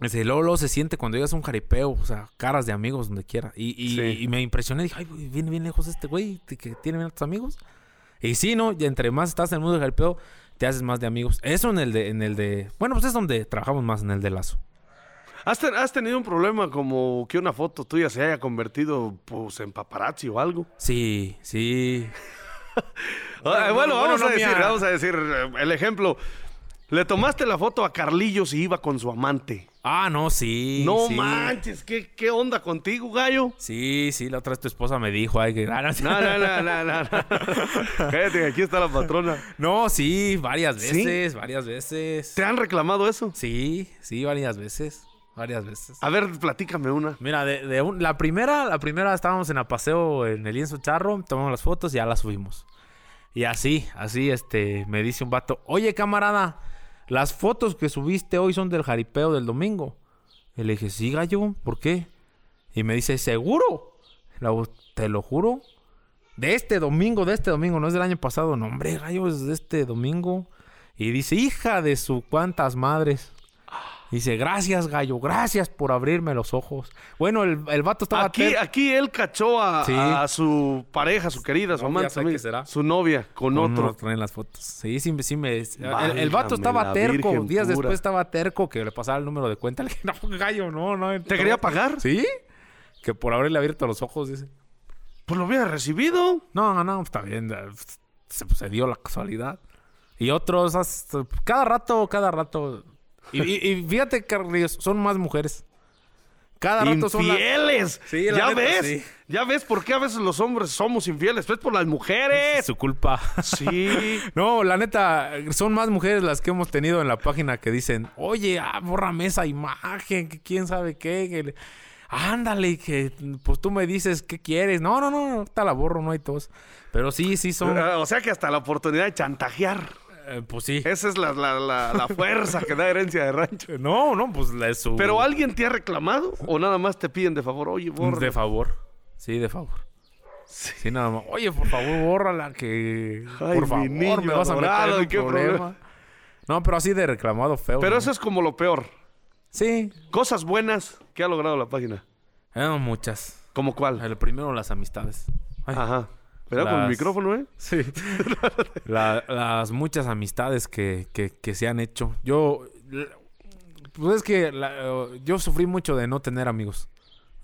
Dice, luego, luego se siente cuando llegas a un jaripeo, o sea, caras de amigos donde quiera. Y, y-
Sí.
y me impresioné, dije, ay, güey, viene bien lejos este güey, t- que tiene bien a tus amigos. Y sí, ¿no? Y entre más estás en el mundo del jaripeo, te haces más de amigos. Eso en el de, en el de, bueno, pues es donde trabajamos más, en el de lazo.
¿Has, ten- has tenido un problema como que una foto tuya se haya convertido pues, en paparazzi o algo?
Sí, sí.
Ah,
no,
bueno,
bueno,
vamos
no,
a decir,
mira.
vamos a decir eh, el ejemplo. Le tomaste la foto a Carlillos y iba con su amante.
Ah, no, sí.
no
sí.
manches, ¿qué, ¿qué onda contigo, gallo?
Sí, sí, la otra vez tu esposa me dijo, ay, que... Ah, no,
No, no, no, no, no. no. Cállate, que aquí está la patrona.
[laughs] No, sí, varias
¿Sí?
veces, varias veces.
¿Te han reclamado eso?
Sí, sí, varias veces. Varias veces.
A ver, platícame una.
Mira, de, de un- la primera, la primera estábamos en el paseo en el lienzo charro, tomamos las fotos y ya las subimos. Y así, así, este, me dice un vato, oye camarada, las fotos que subiste hoy son del jaripeo del domingo. Y le dije, sí, gallo, ¿por qué? Y me dice, ¿seguro? Le digo, Te lo juro. De este domingo, de este domingo, no es del año pasado. No, hombre, gallo, es de este domingo. Y dice, hija de su cuantas madres. Dice, gracias, gallo, gracias por abrirme los ojos. Bueno, el, el vato estaba...
Aquí,
ter-
aquí él cachó a,
Sí.
a su pareja, su querida, su
No, ya
amante,
sé
su, amiga,
qué será.
su novia, con
No,
otro.
no traen las fotos. Sí, sí, me- sí me... El, el
Válgame
vato
la
estaba terco.
Virgen
Días
pura.
después estaba terco que le pasaba el número de cuenta. [laughs] Le dije, no, gallo, no, no.
¿Te quería pagar?
¿Sí? Que por haberle abierto los ojos, dice.
Pues lo hubiera recibido.
No, no, está bien. eh, Se, se dio la casualidad. Y otros, as- cada rato, cada rato. Y, y- y fíjate, Carlos, son más mujeres. Cada rato son las...
infieles.
Sí, la
ya
neta,
ves,
sí.
ya ves por qué a veces los hombres somos infieles, pues por las mujeres.
Su culpa.
Sí.
[laughs] No, la neta, son más mujeres las que hemos tenido en la página que dicen, oye, ah, bórrame esa imagen, que quién sabe qué. que le- ándale, que pues tú me dices qué quieres. No, no, no, ahorita la borro, no hay tos. Pero sí, sí son.
O sea que hasta la oportunidad de chantajear.
eh, pues sí.
Esa es la, la- la- la fuerza que da herencia de rancho.
No, no, pues la es su.
¿Pero alguien te ha reclamado o nada más te piden de favor? Oye, borra.
De favor. Sí, de favor. Sí. nada más. Oye, por favor, bórrala que...
Ay, mi
por favor, me
niño
vas a meter en
adorado,
un
qué
problema.
problema.
No, pero así de reclamado feo.
Pero
¿no?
eso es como lo peor.
Sí.
Cosas buenas que ha logrado la página.
Eh, muchas.
¿Como cuál?
El primero, las amistades. Ay.
Ajá. ¿Verdad? Con el
Las-
micrófono, ¿eh?
Sí. La- las muchas amistades que, que- que se han hecho. Yo... la- Pues es que la- yo sufrí mucho de no tener amigos.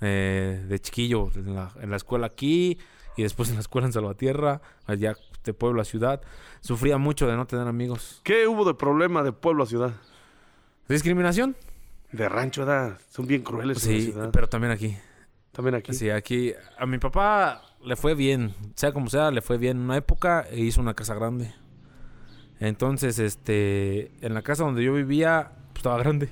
Eh, de chiquillo, en la, en la escuela aquí y después en la escuela en Salvatierra, allá de pueblo a ciudad. Sufría mucho de no tener amigos.
¿Qué hubo de problema de pueblo a ciudad?
¿Discriminación?
De rancho, ¿verdad? Son bien crueles en la
Sí,
ciudad.
pero también aquí.
También aquí.
Sí, aquí. A mi papá le fue bien. Sea como sea, le fue bien. En una época e hizo una casa grande. Entonces, este. En la casa donde yo vivía, pues, estaba grande.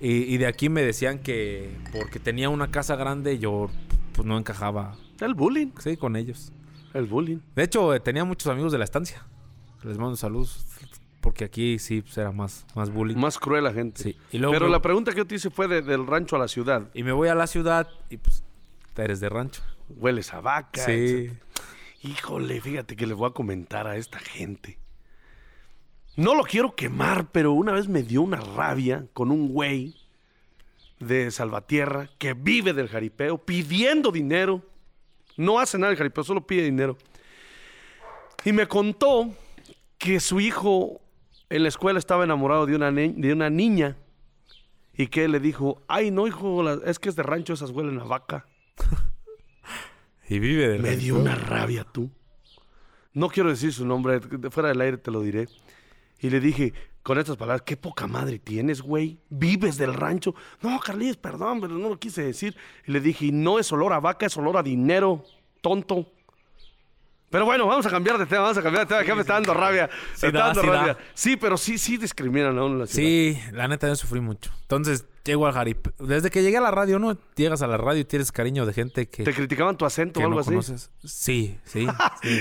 Y, y de aquí me decían que porque tenía una casa grande, yo pues no encajaba
El bullying.
sí, con ellos.
El bullying.
De hecho, eh, tenía muchos amigos de la estancia. Les mando saludos. Porque aquí sí pues, era más, más bullying.
Más cruel la gente.
Sí. Y luego-
Pero la pregunta que yo te hice fue de- del rancho a la ciudad.
Y me voy a la ciudad y pues eres de rancho.
Hueles a vaca.
Sí.
etcétera. Híjole, fíjate que le voy a comentar a esta gente. No lo quiero quemar, pero una vez me dio una rabia con un güey de Salvatierra que vive del jaripeo pidiendo dinero. No hace nada el jaripeo, solo pide dinero. Y me contó que su hijo en la escuela estaba enamorado de una, ni- de una niña y que le dijo, ay no hijo, la- es que es de rancho, esas huelen a vaca.
Y vive de
Me dio una rabia tú. No quiero decir su nombre, de- fuera del aire te lo diré. Y le dije con estas palabras, qué poca madre tienes, güey. Vives del rancho. No, Carlitos, perdón, pero no lo quise decir. Y le dije, "Y no es olor a vaca, es olor a dinero, tonto. Pero bueno, vamos a cambiar de tema, vamos a cambiar de tema. Acá me está dando rabia.
Sí
me está
da,
dando
sí da.
rabia. Sí, pero sí, sí discriminan a uno en la ciudad.
Sí, la neta yo sufrí mucho. Entonces, llego al jaripeo. Desde que llegué a la radio, ¿no? Llegas a la radio y tienes cariño de gente que,
¿Te criticaban tu acento
que
o algo
no
así?
conoces. Sí,
[laughs]
sí. sí.
Sí,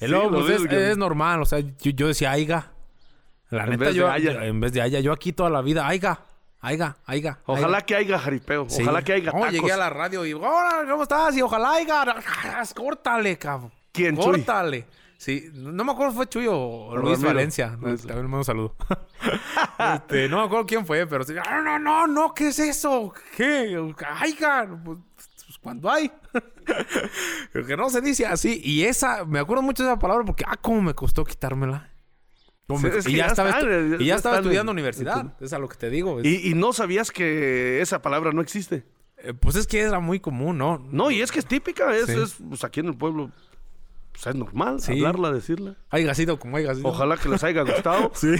Y luego,
lo
pues, es,
digo que-
es normal. O sea, yo, yo decía aiga. La
En
neta
vez de
yo,
haya.
en vez de haya, yo aquí toda la vida, aiga, aiga, aiga.
Ojalá
aiga".
que haya jaripeo.
Sí.
Ojalá que haya
No,
tacos.
llegué a la radio y, hola, ¿cómo estás? Y ojalá aiga. Córtale, cabrón.
¿Quién, Chuy?
Córtale. Sí, no me acuerdo si fue Chuy o
Ramiro.
Luis Valencia. No,
Eso.
también le mando un saludo. [laughs] Este, no me acuerdo quién fue, pero sí. "Ah, No, no, no, ¿qué es eso? ¿Qué? Aiga. Pues, pues, cuando hay. [laughs] que no se dice así. Y esa, me acuerdo mucho de esa palabra porque, ah, cómo me costó quitármela. Cómo me-
Sí, es
y,
que
ya
ya
estaba
están,
estu-
ya-
y
ya
ya estaba
están en-
estudiando
en
universidad. Es a lo que te digo. es-
Y, y no sabías que esa palabra no existe.
eh, pues es que era muy común, ¿no?
No, y es que es típica, es,
Sí.
es, pues, aquí en el pueblo pues, es normal
Sí.
hablarla, decirla.
Aiga sido como aiga sido.
Ojalá que les haya gustado.
Sí.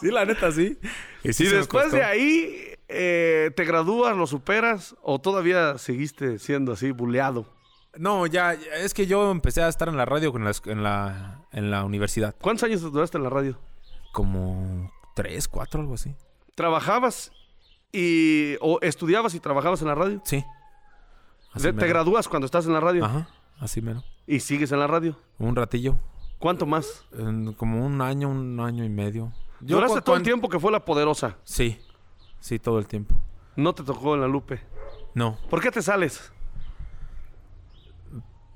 sí, la neta, sí. Y, [laughs] sí
y
se me
después de
costó.
ahí, eh, ¿te gradúas, lo superas o todavía seguiste siendo así, buleado?
No, ya, ya, es que yo empecé a estar en la radio con las- en, la, en la universidad.
¿Cuántos años duraste en la radio?
Como tres, cuatro, algo así.
¿Trabajabas y o estudiabas y trabajabas en la radio?
Sí. Así
De-
mero.
¿Te gradúas cuando estás en la radio?
Ajá, así mero.
¿Y sigues en la radio?
Un ratillo.
¿Cuánto más?
En como un año, un año y medio.
Duraste
cu-
todo el
cuan-
tiempo que fue la poderosa.
Sí. Sí, todo el tiempo.
No te tocó en la Lupe.
No.
¿Por qué te sales?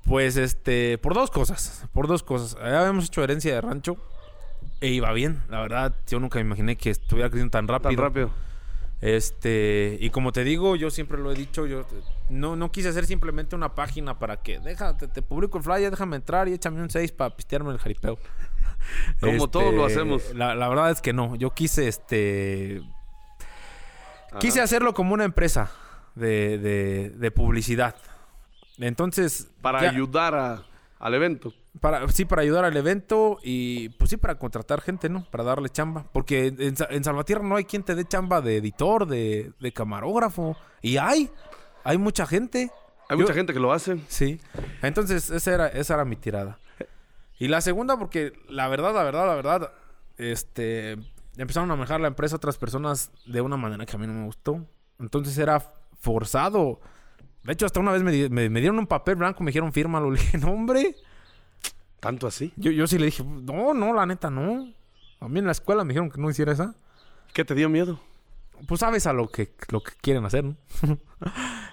Pues este, por dos cosas, por dos cosas. Ya habíamos hecho herencia de rancho e iba bien, la verdad. Yo nunca me imaginé que estuviera creciendo tan rápido.
Tan rápido.
Este, y como te digo, yo siempre lo he dicho, yo te- no, no quise hacer simplemente una página para que, déjate, te publico el flyer, déjame entrar y échame un 6 para pistearme el jaripeo.
[laughs]
Este,
Como todos lo hacemos.
La, la verdad es que no, yo quise este,
Ajá.
Quise hacerlo como una empresa de, de- de publicidad. Entonces.
Para
ya-
ayudar a- al evento.
Para, sí, para ayudar al evento y pues sí, para contratar gente, ¿no? Para darle chamba. Porque en, Sa- en Salvatierra no hay quien te dé chamba de editor, de, de camarógrafo. Y hay, hay mucha gente.
Hay
Yo-
mucha gente que lo hace.
Sí. Entonces, esa era, esa era mi tirada. Y la segunda, porque la verdad, la verdad, la verdad, este, empezaron a manejar la empresa otras personas de una manera que a mí no me gustó. Entonces era forzado. De hecho, hasta una vez me, di- me- me dieron un papel blanco, me dijeron, fírmalo. [laughs] Le dije, no, hombre.
¿Tanto así?
Yo, yo sí le dije, no, no, la neta, no. A mí en la escuela me dijeron que no hiciera esa.
¿Qué te dio miedo?
Pues sabes a lo que, lo que quieren hacer, ¿no? [laughs]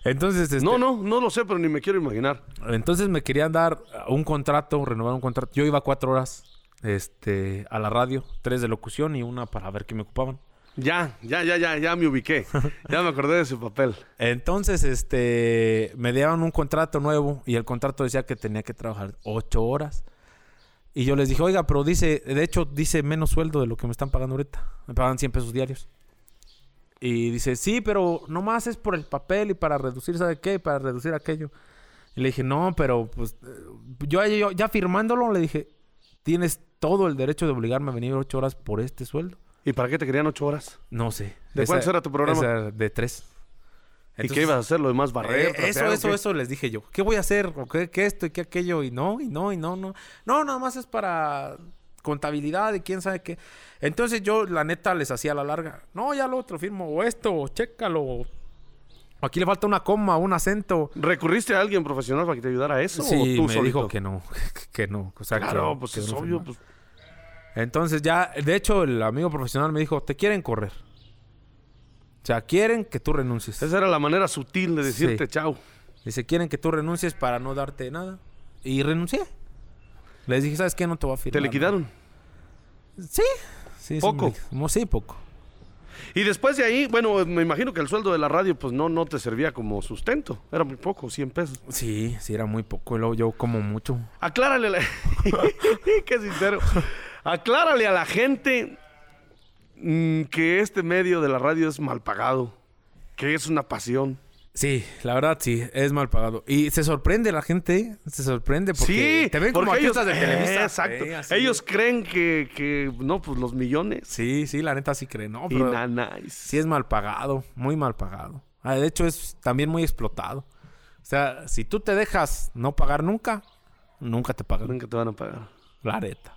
Entonces, este,
No, no, no lo sé, pero ni me quiero imaginar.
Entonces me querían dar un contrato, renovar un contrato. Yo iba cuatro horas este, a la radio, tres de locución y una para ver qué me ocupaban.
Ya, ya, ya, ya, ya me ubiqué. Ya me acordé de su papel.
Entonces, este, me dieron un contrato nuevo y el contrato decía que tenía que trabajar ocho horas. Y yo les dije, oiga, pero dice, de hecho, dice menos sueldo de lo que me están pagando ahorita. Me pagan 100 pesos diarios. Y dice, sí, pero nomás es por el papel y para reducir, ¿sabe qué? Para reducir aquello. Y le dije, no, pero pues eh, yo, yo ya firmándolo le dije, tienes todo el derecho de obligarme a venir ocho horas por este sueldo.
¿Y para qué te querían ocho horas?
No sé.
¿De cuántos era tu programa?
esa era de tres.
¿Y qué ibas a hacer? ¿Lo demás barrer?
Eh, eso,
trapear, o
eso,
qué?
eso les dije yo. ¿Qué voy a hacer? ¿O qué, qué esto y qué aquello? Y no, y no, y no, no. No, nada más es para contabilidad y quién sabe qué. Entonces yo, la neta, les hacía la larga. No, ya lo otro firmo. O esto, o chécalo. o Aquí le falta una coma, un acento.
¿Recurriste a alguien profesional para que te ayudara a eso?
Sí,
¿O tú
me
solito?
dijo que no, [laughs] que no. O sea, que-
Claro, pues
que
es
no
obvio.
firmara.
pues,
Entonces ya, de hecho, el amigo profesional me dijo, te quieren correr. O sea, quieren que tú renuncies.
esa era la manera sutil de decirte
Sí.
chao.
Dice, quieren que tú renuncies para no darte nada. Y renuncié. Les dije, ¿sabes qué? No te voy a
Te
firmar.
liquidaron.
Sí. Sí, sí. me
¿Poco?
liqu- mo- Sí, poco.
Y después de ahí, bueno, me imagino que el sueldo de la radio pues no, no te servía como sustento. Era muy poco, 100 pesos.
Sí, sí, era muy poco. Y luego yo como mucho.
Aclárale a la... [laughs] Qué sincero. Aclárale a la gente mm, que este medio de la radio es mal pagado, que es una pasión.
Sí, la verdad sí, es mal pagado. Y se sorprende la gente, se sorprende porque
sí,
te ven como
porque
artistas de
Eh,
Televisa.
Exacto.
Sí, así.
ellos creen que, que, no, pues los millones.
Sí, sí, la neta sí creen. No,
Y
pero
na- nice.
sí es mal pagado, muy mal pagado. Ah, de hecho es también muy explotado. O sea, si tú te dejas no pagar nunca, nunca te pagan.
Nunca te van a pagar.
La neta.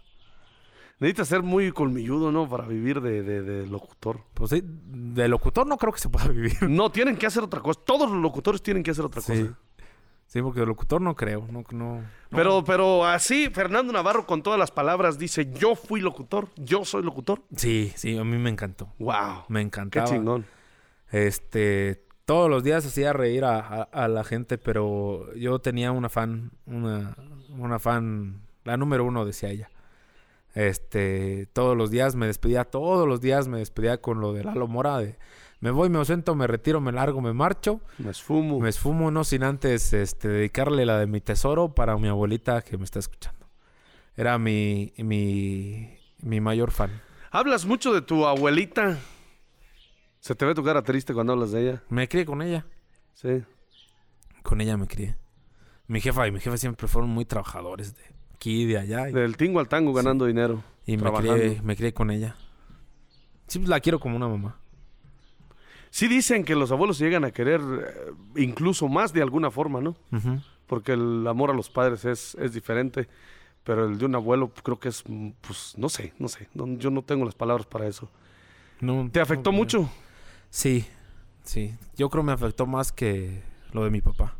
Necesitas ser muy colmilludo, ¿no? Para vivir de, de- de
[laughs]
locutor.
Pues sí, de locutor no creo que se pueda [laughs] vivir.
No, tienen que hacer otra cosa. Todos los locutores tienen que hacer otra
Sí.
cosa.
Sí, porque de locutor no creo. No, no, no.
Pero, pero así, Fernando Navarro con todas las palabras dice, yo fui locutor, yo soy locutor.
Sí, sí, a mí me encantó.
¡Wow!
Me
¡Qué
encantaba.
chingón!
Este, todos los días hacía reír a, a- a la gente, pero yo tenía una fan, una, una fan, la número uno, decía ella. Este, todos los días me despedía, todos los días me despedía con lo de Lalo Mora, de me voy, me ausento, me retiro, me largo, me marcho.
Me esfumo.
Me esfumo no sin antes este, dedicarle la de mi tesoro para mi abuelita que me está escuchando. Era mi, mi, mi mayor fan.
Hablas mucho de tu abuelita. Se te ve tu cara triste cuando hablas de ella.
Me crié con ella.
Sí.
Con ella me crié. Mi jefa y mi jefa siempre fueron muy trabajadores de aquí y de allá. Y,
Del tingo al tango ganando dinero.
y me,
trabajando.
crié, me crié con ella. Sí, pues, la quiero como una mamá.
Sí dicen que los abuelos se llegan a querer eh, incluso más de alguna forma, ¿no?
Ujú.
Porque el amor a los padres es, es diferente, pero el de un abuelo creo que es, mm, pues, no sé, no sé. no- yo no tengo las palabras para eso.
No-
¿Te afectó
no-
mucho?
Sí, sí. Yo creo me afectó más que lo de mi papá.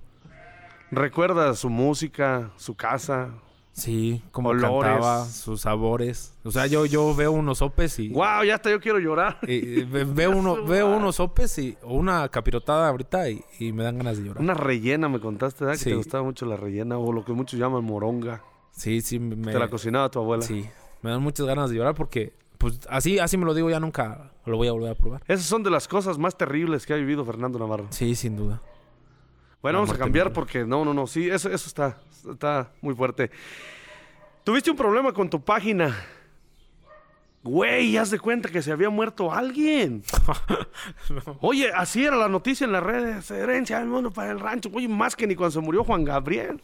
¿Recuerdas su música, su casa?
Sí, como
Olores.
cantaba, sus sabores. O sea, yo, yo veo unos sopes y...
¡Wow! Ya hasta yo quiero llorar.
Y, y ve- veo, uno, veo unos sopes y, o una capirotada ahorita y, y me dan ganas de llorar.
Una rellena me contaste, ¿verdad? Que te
Sí.
gustaba mucho la rellena o lo que muchos llaman moronga.
Sí, sí, me,
Te la cocinaba tu abuela.
Eh, sí, me dan muchas ganas de llorar porque pues así, así me lo digo, ya nunca lo voy a volver a probar.
Esas son de las cosas más terribles que ha vivido Fernando Navarro.
Sí, sin duda.
Bueno,
La
vamos a
muerte
cambiar
violenta.
porque no, no, no, sí, eso, eso está, está muy fuerte. Tuviste un problema con tu página. Güey, haz de cuenta que se había muerto
[laughs]
alguien. Oye, así era la noticia en las redes. Herencia del mundo para el rancho. Oye, más que ni cuando se murió Juan
[laughs]
Gabriel.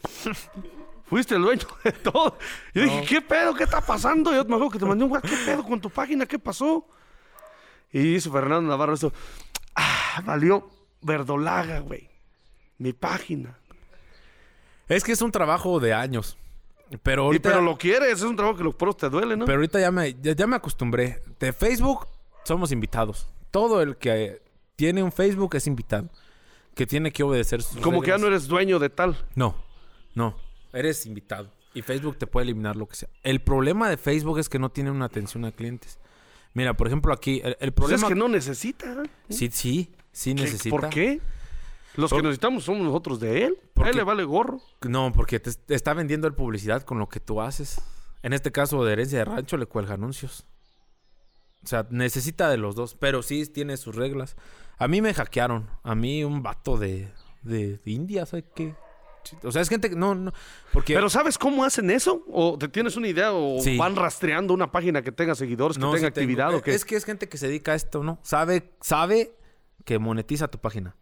Fuiste el dueño de todo. Yo dije, ¿qué pedo? ¿Qué está pasando? Yo me acuerdo que te mandé un WhatsApp. ¿Qué pedo con tu página? ¿Qué pasó? Y hizo Fernando Navarro esto. Ah, valió verdolaga, güey. Mi página.
Es que es un trabajo de años. Pero
Y
ahorita,
pero lo quieres, es un trabajo que los poros te duele, ¿no?
pero ahorita ya, me, ya, ya me acostumbré. De Facebook somos invitados. Todo el que tiene un Facebook es invitado. Que tiene que obedecer sus
Como que ya no
reglas.
eres dueño de tal.
No, no. Eres invitado. Y Facebook te puede eliminar lo que sea. El problema de Facebook es que no tiene una atención a clientes. Mira, por ejemplo, aquí... El, el
Pues
problema...
es que no necesita.
Sí, sí. Sí
¿Qué-
necesita.
¿Por qué? Los que
Por-
necesitamos somos nosotros de él. A
Porque-
él le vale gorro.
No, porque te, te está vendiendo el publicidad con lo que tú haces. En este caso de herencia de rancho le cuelga anuncios. O sea, necesita de los dos, pero sí tiene sus reglas. A mí me hackearon. A mí un vato de, de India, ¿sabes qué? O sea, es gente que no, no. Porque
Pero ¿sabes cómo hacen eso? ¿O te tienes una idea? ¿O
Sí.
van rastreando una página que tenga seguidores, pues, que
no
tenga
sí tengo.
actividad?
Eh,
o que...
Es que es gente que se dedica a esto, ¿no? Sabe, sabe que monetiza tu página.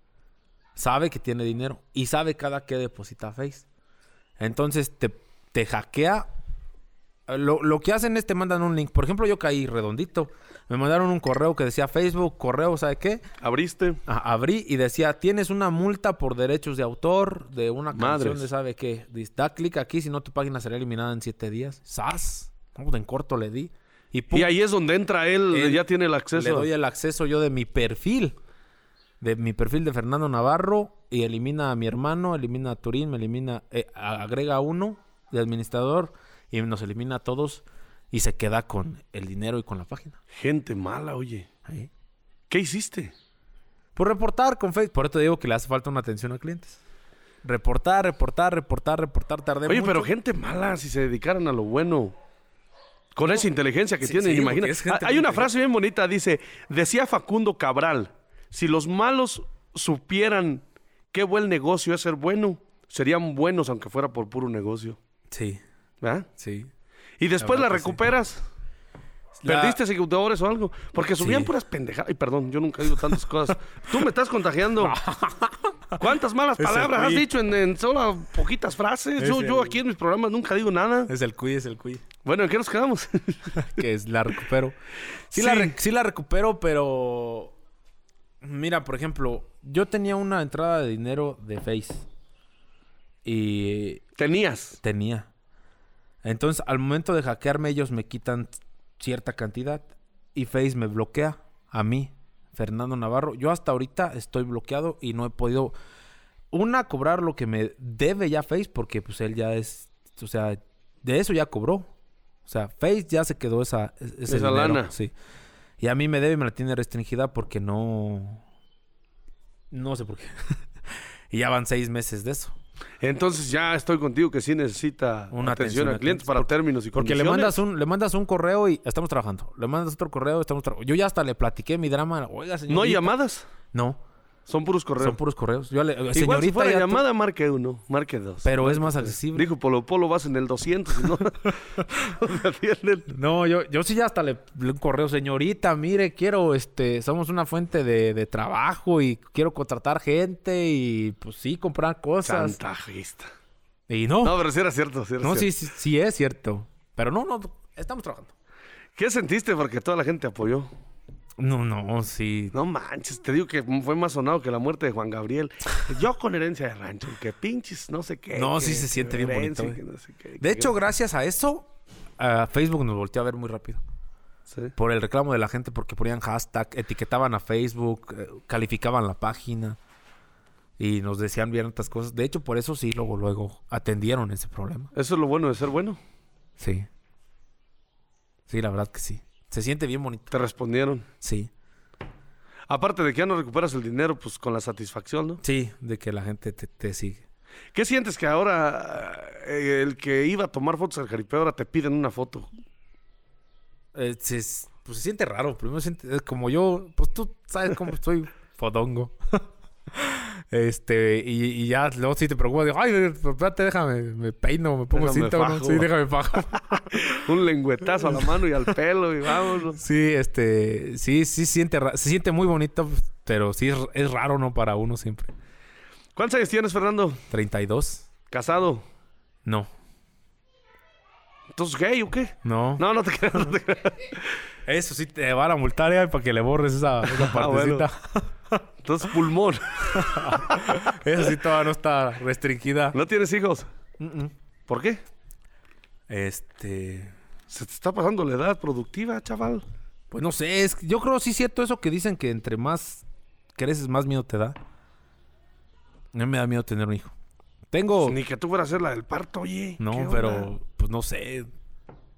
Sabe que tiene dinero. Y sabe cada que deposita Face. Entonces te, te hackea. Lo, lo que hacen es te mandan un link. Por ejemplo, yo caí redondito. Me mandaron un correo que decía Facebook, correo, ¿sabe qué?
Abriste.
A- abrí y decía, tienes una multa por derechos de autor de una
Madres.
canción de sabe qué. Dice, Da clic aquí, si no tu página será eliminada en siete días. ¡Sas! No, pues, en corto le di. Y, pum,
Y ahí es donde entra él,
Él-
ya tiene el acceso.
le doy el acceso yo de mi perfil. De mi perfil de Fernando Navarro. Y elimina a mi hermano, elimina a Turín, me elimina... eh, a- agrega a uno de administrador. Y nos elimina a todos. Y se queda con el dinero y con la página.
Gente mala, oye.
Ahí.
¿Qué hiciste?
Por reportar con Facebook. Por eso te digo que le hace falta una atención a clientes. Reportar, reportar, reportar, reportar. Tardé
Oye,
mucho.
pero gente mala, si se dedicaran a lo bueno. Con esa inteligencia que
Sí,
tienen,
sí,
imagina.
porque es gente
Ah, Hay
muy
una
inteligente.
frase bien bonita, dice, decía Facundo Cabral, si los malos supieran qué buen negocio es ser bueno, serían buenos aunque fuera por puro negocio.
Sí,
¿Verdad?
sí.
Y después la,
verdad que sí.
recuperas.
La-
¿Perdiste seguidores o algo? Porque subían
Sí.
puras pendejadas. Ay, perdón, yo nunca digo tantas
[laughs]
cosas. Tú me estás contagiando. ¿Cuántas malas
Ese
palabras has
tweet.
dicho en, en solo poquitas frases? Yo,
Ese-
yo aquí en mis programas nunca digo nada.
Es el cuy, es el cuy.
Bueno, ¿en qué nos quedamos? [laughs]
que es la recupero. Sí, La
Sí.
re- sí la recupero, pero mira, por ejemplo, yo tenía una entrada de dinero de Face y
Tenías.
tenía. Entonces, al momento de hackearme ellos me quitan cierta cantidad y Face me bloquea a mí, Fernando Navarro. Yo hasta ahorita estoy bloqueado y no he podido una cobrar lo que me debe ya Face porque pues él ya es, o sea, de eso ya cobró. O sea, Face ya se quedó esa es- ese
Esa
dinero,
lana.
sí. Y a mí me debe y me la tiene restringida porque no no sé por qué. [laughs] y ya van seis meses de eso.
Entonces ya estoy contigo que sí necesita atención
Una atención
al cliente
a clientes,
para términos y
Porque
condiciones.
le mandas un le mandas un correo y estamos trabajando. Le mandas otro correo, estamos trabajando. Yo ya hasta le platiqué mi drama. Oiga, señorita.
No hay llamadas.
No,
Son puros correos.
son puros correos. Yo le,
Igual si
señorita,
fuera
ya tú-
llamada, pues, marque uno, marque dos.
pero es más accesible.
Dijo Polo Polo, vas en el 200,
[laughs]
¿no? [laughs] No te atienden.
No, yo, yo sí ya hasta le, le un correo, señorita, mire, quiero, este, somos una fuente de, de trabajo y quiero contratar gente y pues sí, comprar cosas.
Chantajista.
Y no,
No,
no,
pero sí era cierto, sí era cierto.
sí, sí, sí es cierto. Pero no, no, estamos trabajando.
¿Qué sentiste? Porque toda la gente te apoyó.
No, no, sí.
No manches, te digo que fue más sonado que la muerte de Juan Gabriel. Yo con herencia de rancho, que pinches, no sé qué.
No,
que-
sí se
que
siente bien
herencia,
bonito,
que
güey.
no sé qué, que-
De hecho, gracias a eso, a Facebook nos volteó a ver muy rápido.
Sí.
Por el reclamo de la gente, porque ponían hashtag, etiquetaban a Facebook, eh, calificaban la página y nos decían bien otras cosas. De hecho, por eso sí, luego, luego atendieron ese problema.
Eso es lo bueno de ser bueno.
Sí. Sí, la verdad que sí. Se siente bien bonito.
Te respondieron.
Sí.
Aparte de que ya no recuperas el dinero, pues con la satisfacción, ¿no?
Sí, de que la gente te, te sigue.
¿Qué sientes que ahora eh, el que iba a tomar fotos al jaripeo ahora te piden una foto?
Eh, se, s- pues se siente raro. Primero siente, es como yo, pues tú sabes cómo [laughs] estoy fodongo. [laughs] este, y, y ya luego sí te preocupas, digo, ay, espérate, déjame, me peino, me pongo
Déjame
cinta, ¿no?
fajo".
Sí, déjame fajo.
Un lengüetazo a la mano y al pelo y vámonos.
sí, este, sí, sí siente, ra- se siente muy bonito, pero sí es, es raro, ¿no? Para uno siempre.
¿Cuántos años tienes, Fernando?
¿32?
¿Casado?
No,
¿Entonces gay o qué?
no.
No, no te creas, no te creas.
Eso sí te van a multar eh, para que le borres esa, esa
[laughs] Ah, bueno.
partecita.
Entonces pulmón.
Eso sí todavía no está restringida.
¿No tienes hijos?
Mm-mm.
¿Por qué?
Este.
Se te está pasando la edad productiva, chaval.
Pues no sé, es que yo creo sí es cierto eso que dicen que entre más creces, más miedo te da. No me da miedo tener un hijo. Tengo.
Ni que tú fueras a hacer la del parto, oye. ¿qué
Oh. no,
onda?
pero pues no sé.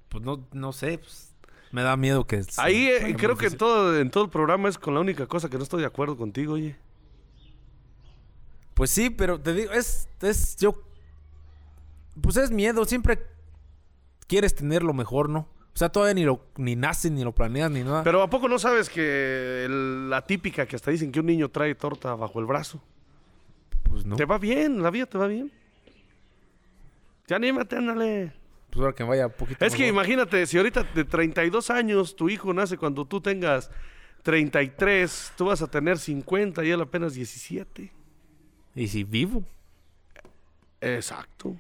Pues no, no sé. pues, me da miedo que. se-
Ahí eh,
sea muy
creo que en
difícil.
todo, en todo el programa es con la única cosa que no estoy de acuerdo contigo, oye.
Pues sí, pero te digo, es, es, yo, pues es miedo, siempre quieres tener lo mejor, ¿no? O sea, todavía ni lo, ni naces, ni lo planeas, ni nada.
Pero ¿a poco no sabes que el- la típica que hasta dicen que un niño trae torta bajo el brazo?
pues no,
Te va bien, la vida te va bien. Ya anímate, ándale.
pues ahora que vaya un poquito
Es que
mejor.
imagínate, si ahorita de 32 años tu hijo nace cuando tú tengas 33, tú vas a tener 50 y él apenas 17.
Y si vivo.
Exacto.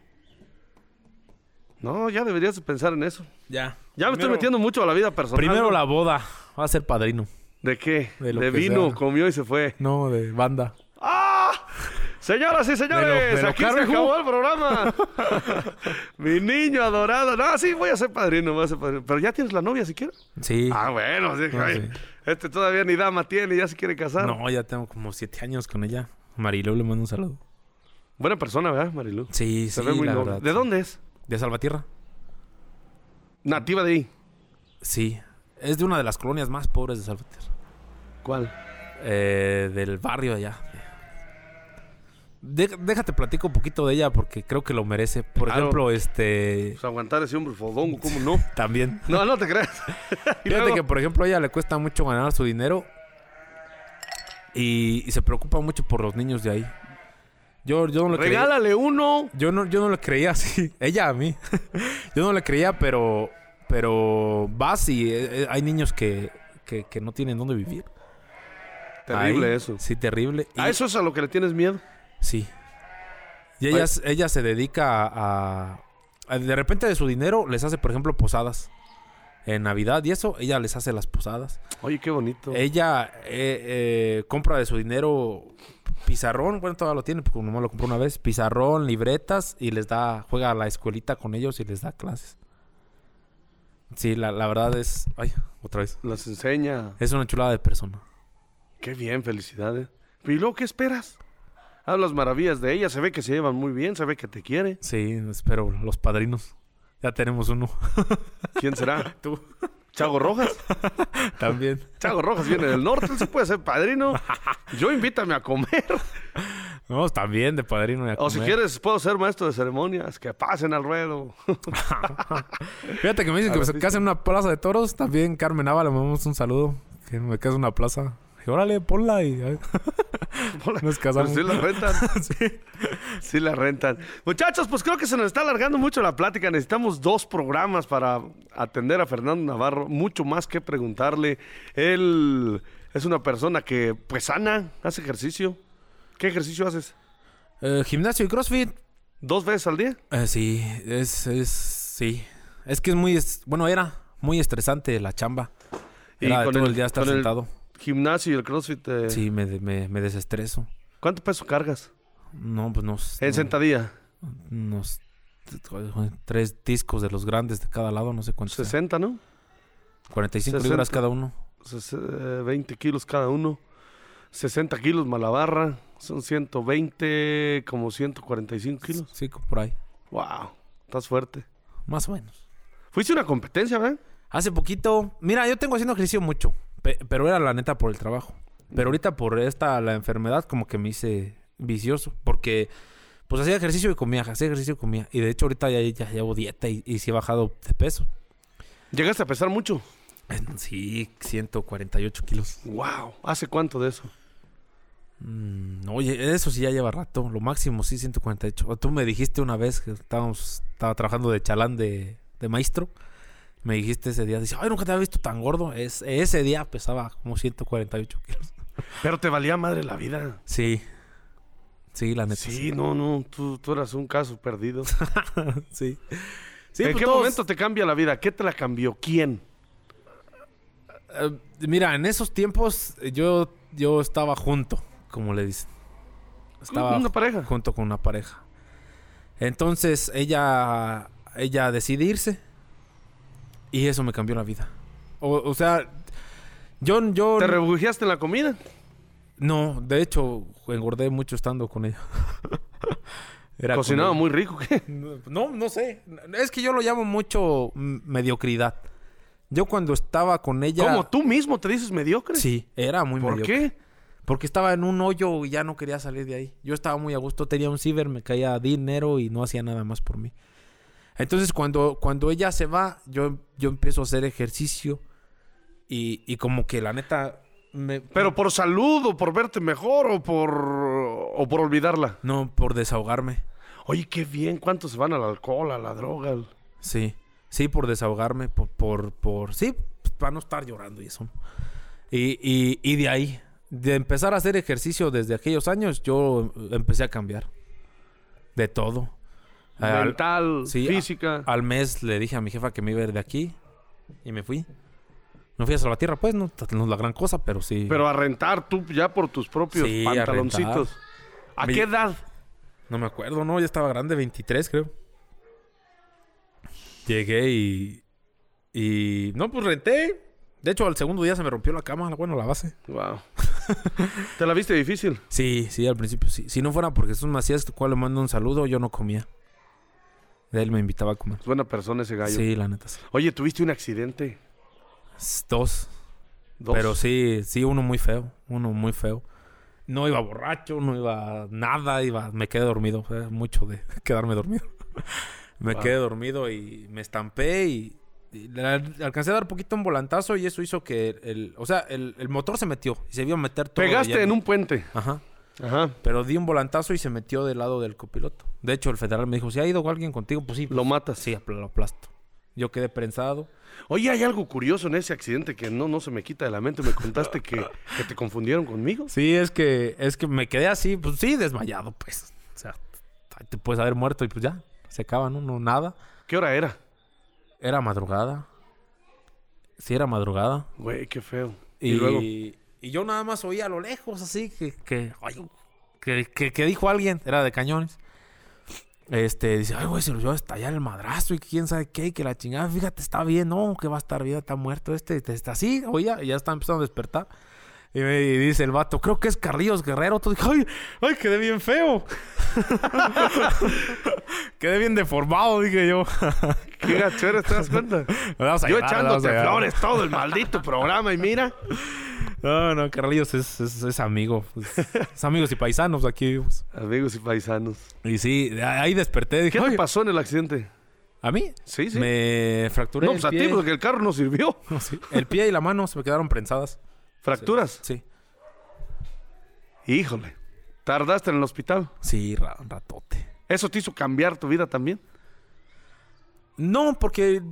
No, ya deberías de pensar en eso.
Ya.
Ya me estoy metiendo mucho a la vida personal.
Primero
¿no?
la boda, va a ser padrino.
¿De qué?
De
De,
lo que
vino,
sea.
comió y se fue.
No, de banda.
¡Ah! Señoras y señores,
de lo
aquí se
caro, hijo.
acabó el programa.
[laughs]
Mi niño adorado. No, sí, voy a ser padrino, voy a ser padrino. Pero ya tienes la novia siquiera.
Sí.
Ah, bueno, sí,
No,
ay,
sí.
Este todavía ni dama tiene, ya se quiere casar.
no, ya tengo como siete años con ella. Mariló le mando un saludo.
Buena persona, ¿verdad, Marilu?
Sí,
Se
sí,
ve muy
la
noble.
verdad.
¿De dónde es?
¿De Salvatierra?
Nativa de ahí.
Sí. Es de una de las colonias más pobres de Salvatierra.
¿Cuál?
Eh, del barrio allá. De- déjate platico un poquito de ella porque creo que lo merece. Por
Claro.
ejemplo, este
Pues aguantar ese hombre fodongo, ¿cómo no?
también.
No, no te
[laughs]
creas. Y
Fíjate
luego-
que por ejemplo a ella le cuesta mucho ganar su dinero y, y se preocupa mucho por los niños de ahí. Yo, yo no le creía.
Regálale uno.
Yo no, yo no le creía [laughs] así. Ella a mí. yo no le creía, pero. Pero vas y eh, eh, hay niños que, que, que no tienen dónde vivir.
Terrible
Ahí,
eso.
Sí, terrible. Y-
¿A eso es a lo que le tienes miedo?
Sí. Y
Oye.
ella, ella se dedica a, a- De repente de su dinero les hace, por ejemplo, posadas. En Navidad y eso, ella les hace las posadas.
Oye, qué bonito.
Ella eh, eh, compra de su dinero pizarrón, bueno, todavía lo tiene, porque nomás lo compró una vez. Pizarrón, libretas y les da... Juega a la escuelita con ellos y les da clases. Sí, la, la verdad es... Ay, otra vez.
Las enseña.
Es una chulada de persona.
Qué bien, felicidades. ¿Y luego qué esperas? Hablas maravillas de ella, se ve que se llevan muy bien, se ve que te quiere.
Sí, espero. Los padrinos. Ya tenemos uno. [laughs]
¿Quién será?
Tú.
Chago Rojas.
También.
Chago Rojas viene del norte, él se puede ser
[laughs]
padrino. Yo invítame a comer.
No, también de padrino. y a
O si
comer.
quieres, puedo ser maestro de ceremonias, que pasen al ruedo. [laughs]
Fíjate que me dicen que me casa en una plaza de toros. También Carmen Nava le mandamos un saludo. Que me casa en una plaza. Y órale, ponla y ay, nos
Pero
casamos.
sí la rentan,
Sí.
[laughs] sí la rentan. Muchachos, pues creo que se nos está alargando mucho la plática. Necesitamos dos programas para atender a Fernando Navarro. Mucho más que preguntarle. Él es una persona que, pues, sana, hace ejercicio. ¿Qué ejercicio haces?
Eh, gimnasio y CrossFit.
¿Dos veces al día?
Eh, sí, es, es, sí. Es que es muy, es- bueno, era muy estresante la chamba.
Y
Era de
con
todo
el-
el, día estar
con el-
sentado.
Gimnasio y el CrossFit. eh,
Sí, me, de- me, me desestreso.
¿Cuánto peso cargas?
No, pues nos...
En
no-
sentadilla.
unos tres discos de los grandes de cada lado, no sé cuántos. sean.
60, ¿no?
45 libras
60.
cada uno.
Ses- eh, 20 kilos cada uno, 60 kilos malabarra, son 120, como 145 kilos.
Sí, por ahí.
¡Wow! Estás fuerte.
Más o menos.
Fuiste a una competencia, ¿verdad?
Hace poquito, mira, yo tengo haciendo ejercicio mucho, pe- pero era la neta por el trabajo. Pero ahorita por esta la enfermedad como que me hice vicioso, porque pues hacía ejercicio y comía, hacía ejercicio y comía. Y de hecho ahorita ya, ya llevo dieta y, y sí he bajado de peso.
Llegaste a pesar mucho.
En- Sí, 148 kilos.
¡Wow! ¿Hace cuánto de eso?
Mm, oye, eso sí ya lleva rato, lo máximo sí 148. O Tú me dijiste una vez que estábamos, estaba trabajando de chalán de, de maestro. Me dijiste ese día, dice, ay, nunca te había visto tan gordo. Es, ese día pesaba como 148 kilos.
Pero te valía madre la vida.
Sí. Sí, la neta.
Sí, no, no, tú, tú eras un caso perdido.
[laughs] sí. Sí,
¿En
pues,
qué
todos-
momento te cambia la vida? ¿Qué te la cambió? ¿Quién?
eh, mira, en esos tiempos eh, yo, yo estaba junto, como le dicen. Estaba
Una
ju-
pareja.
junto con una pareja. Entonces ella, ella decide irse. Y eso me cambió la vida. O, o sea, yo, yo
¿Te refugiaste en la comida?
No, de hecho, engordé mucho estando con ella. [laughs] Era con
Cocinaba
ella.
muy rico. ¿qué?
No, no sé. Es que yo lo llamo mucho mm, mediocridad. Yo cuando estaba con ella...
¿Cómo tú mismo te dices mediocre?
Sí, era muy
¿Por
mediocre.
qué?
Porque estaba en un hoyo y ya no quería salir de ahí. Yo estaba muy a gusto, tenía un ciber, me caía dinero y no hacía nada más por mí. Entonces cuando, cuando ella se va, yo, yo empiezo a hacer ejercicio y, y como que la neta... Me,
¿Pero por salud o por verte mejor o por, o por olvidarla?
No, por desahogarme.
Oye, qué bien. ¿Cuántos se van al alcohol, a la droga? al-
Sí, sí, por desahogarme, por, por, por sí, pues, para no estar llorando y eso. Y, y, y de ahí, de empezar a hacer ejercicio desde aquellos años, yo eh, empecé a cambiar de todo. Al,
Mental,
sí, a-
física.
al mes le dije a mi jefa que me iba a ir de aquí y me fui. Me fui a Salvatierra, pues, no, t- no es la gran cosa, pero sí.
Pero a rentar tú ya por tus propios
Sí, a
pantaloncitos. ¿A,
Me-
qué edad?
No me acuerdo, no, ya estaba grande, 23 creo. Llegué y... Y... No, pues renté. De hecho, al segundo día se me rompió la cama, bueno, la base. [laughs]
Wow. ¿Te la viste difícil?
Sí, sí, al principio sí. Si no fuera por Jesús Macías, al cual le mando un saludo, yo no comía. Él me invitaba a comer.
Es buena persona ese gallo.
Sí, la neta. sí.
Oye, tuviste un accidente.
S- Dos.
Dos.
Pero sí, sí, uno muy feo. Uno muy feo. No iba borracho, no iba nada, iba, me quedé dormido. Fue mucho de [laughs] quedarme dormido. me
Wow.
quedé dormido y me estampé y, y le al- alcancé a dar poquito un volantazo y eso hizo que el, o sea, el, el motor se metió y se vio meter todo. de
Pegaste
lleno.
en un puente.
Ajá.
Ajá.
Pero di un volantazo y se metió del lado del copiloto. De hecho, el federal me dijo, si ha ido alguien contigo, pues sí.
Lo matas.
Sí, apl- lo aplasto. Yo quedé prensado.
Oye, hay algo curioso en ese accidente que no, no se me quita de la mente. Me contaste que, que te confundieron conmigo.
Sí, es que, es que me quedé así, pues sí, desmayado, pues. O sea, t- te puedes haber muerto y pues ya, se acaba, ¿no? No, nada.
¿Qué hora era?
Era madrugada. Sí, era madrugada.
Güey, qué feo.
Y,
Y, luego,
y yo nada más oía a lo lejos, así que, que, ay, que, que- que dijo alguien, era de cañones. Este, dice, ay, güey, se lo llevó a estallar el madrazo y quién sabe qué, y que la chingada, fíjate, está bien, no, que va a estar bien, está muerto este, este, está así, oía, y ya está empezando a despertar. Y me y dice el vato, creo que es Carrillos Guerrero. Tú dije, ay, ay, quedé bien feo. [laughs] quedé bien deformado, dije yo.
qué gachero, ¿te
[laughs]
das cuenta?
Vamos a
Yo
llevar, vamos a
echándote
llevar.
flores todo el maldito programa y
[laughs]
mira.
No, no, Carrillos es, es, es amigo. pues,
[laughs]
Es, amigos y paisanos aquí vivimos.
Amigos y paisanos.
Y sí, de ahí desperté. Dije,
¿Qué te
"Ay,
pasó en el accidente?
¿A mí?
Sí, sí.
Me fracturé
No,
el,
pues a ti,
pie. [laughs]
porque el carro no sirvió.
Sí, el pie y la mano se me quedaron prensadas.
Fracturas.
Sí.
Híjole. Tardaste en el hospital.
Sí, ra- ratote.
¿Eso te hizo cambiar tu vida también?
No, porque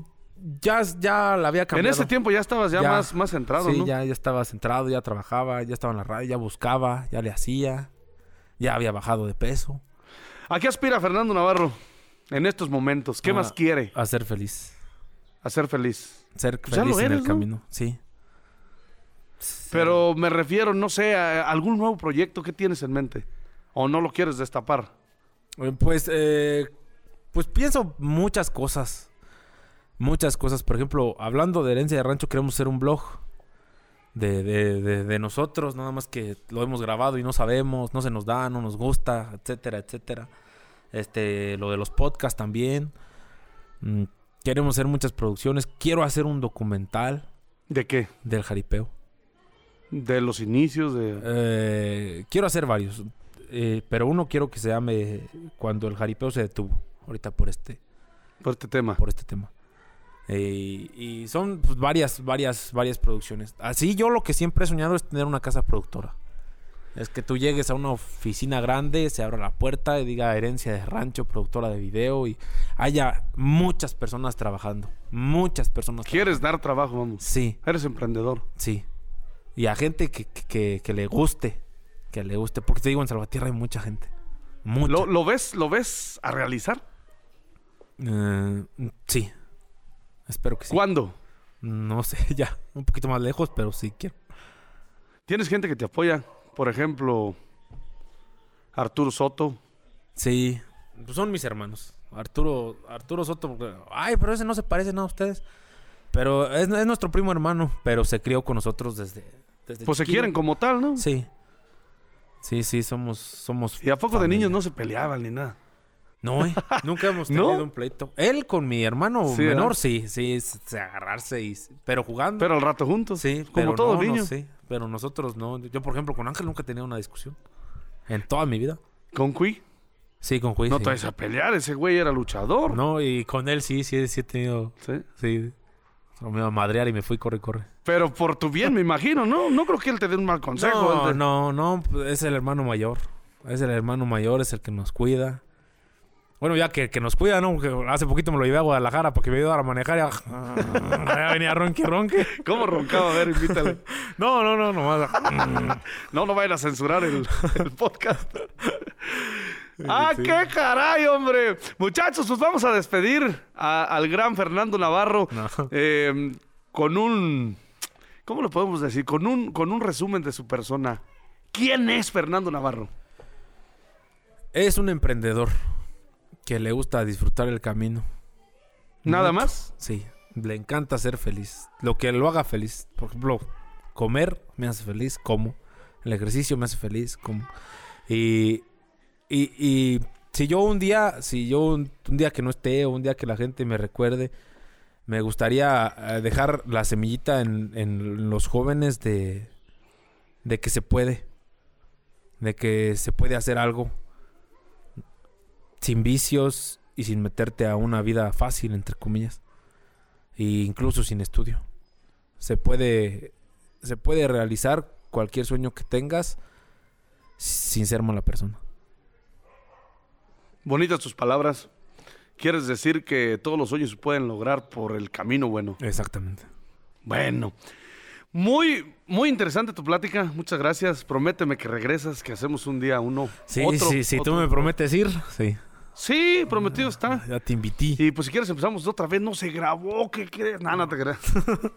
ya, ya la había cambiado.
En ese tiempo ya estabas ya,
Ya.
más, más centrado,
sí,
¿no?
ya, ya estaba centrado, ya trabajaba, ya estaba en la radio, ya buscaba, ya le hacía. Ya había bajado de peso.
¿A qué aspira Fernando Navarro en estos momentos? ¿Qué
Ah,
más quiere?
A ser feliz.
A ser feliz.
Ser
Pues Ya lo
feliz en el
eres, ¿no?
camino. Sí.
Pero me refiero, no sé, a algún nuevo proyecto que tienes en mente. ¿O no lo quieres destapar?
Eh, Pues, eh, pues pienso muchas cosas. Muchas cosas. Por ejemplo, hablando de herencia de rancho, queremos hacer un blog de, de- de- de nosotros. Nada más que lo hemos grabado y no sabemos, no se nos da, no nos gusta, etcétera, etcétera. Este, lo de los podcasts también. Mm, queremos hacer muchas producciones. Quiero hacer un documental
¿De qué?
del jaripeo.
De los inicios, de...
Eh, quiero hacer varios. Eh, pero uno quiero que se llame Cuando el jaripeo se detuvo. Ahorita por este.
por este tema.
por este tema. Eh, y son pues, varias, varias, varias producciones. Así yo lo que siempre he soñado es tener una casa productora. Es que tú llegues a una oficina grande, se abra la puerta y diga herencia de rancho, productora de video y haya muchas personas trabajando. Muchas personas.
¿Quieres dar trabajo, vamos?
Sí,
Eres emprendedor.
sí. Y a gente que, que- que- que le guste. Que le guste. Porque te digo, en Salvatierra hay mucha gente. Mucha.
¿Lo, lo ves, ¿Lo ves a realizar?
Eh, sí. Espero que sí.
¿Cuándo?
No sé, [laughs] ya. Un poquito más lejos, pero sí quiero.
¿Tienes gente que te apoya? Por ejemplo, Arturo Soto.
Sí. Pues son mis hermanos. Arturo, Arturo Soto. porque- Ay, pero ese no se parece nada a ustedes. Pero es, es nuestro primo hermano, pero se crió con nosotros desde. desde
Pues se
chiquillo.
quieren como tal, ¿no?
Sí. Sí, sí, somos... somos
¿Y a poco de
familia.
niños no se peleaban ni nada? [laughs]
No, eh, nunca hemos
¿No?
tenido un pleito. Él con mi hermano
Sí,
menor,
¿verdad?
sí, sí, es- es agarrarse y... Pero jugando.
Pero al rato juntos.
sí,
como
pero
todo
no, no
niño.
sé, pero nosotros no. Yo, por ejemplo, con Ángel nunca he tenido una discusión. En toda mi vida.
Con Cui.
Sí, con Juiz.
No
sí.
te vayas a pelear, ese güey era luchador.
No, y con él sí, sí, sí he tenido...
Sí.
Sí. Pero me iba a madrear y me fui, corre, corre.
Pero por tu bien, me imagino, ¿no? No creo que él te dé un mal consejo.
No,
él te-
no, no, es el hermano mayor. Es el hermano mayor, es el que nos cuida. Bueno, ya que, que nos cuida, ¿no? Porque hace poquito me lo llevé a Guadalajara porque me ayudar a manejar. Ya, [laughs] ya venía ronque, ronque.
¿Cómo roncaba? A ver, invítale.
No, no, no, nomás.
No, no vayan a censurar el, [laughs] el podcast. ¡Ah, qué caray, hombre! Muchachos, pues vamos a despedir a- al gran Fernando Navarro
No.
eh, con un. ¿Cómo lo podemos decir? Con un, con un resumen de su persona. ¿Quién es Fernando Navarro?
Es un emprendedor que le gusta disfrutar el camino.
¿Nada
Mucho.
más?
Sí, le encanta ser feliz. Lo que lo haga feliz. Por ejemplo, comer me hace feliz, como. El ejercicio me hace feliz, como. Y, y, y si yo un día, si yo un, un día que no esté o un día que la gente me recuerde, me gustaría eh, dejar la semillita en, en los jóvenes de, de que se puede. De que se puede hacer algo sin vicios y sin meterte a una vida fácil, entre comillas, e incluso sin estudio. Se puede, se puede realizar cualquier sueño que tengas sin ser mala persona.
Bonitas tus palabras. Quieres decir que todos los sueños se pueden lograr por el camino bueno.
Exactamente.
Bueno, muy, muy interesante tu plática. Muchas gracias. Prométeme que regresas, que hacemos un día uno.
Sí,
otro,
sí, sí,
otro. Ah.
tú me prometes ir, sí.
Sí, prometido está.
Ya te invité.
Y pues si quieres empezamos otra vez. No se grabó, ¿qué crees? No, no te
[laughs]
creas.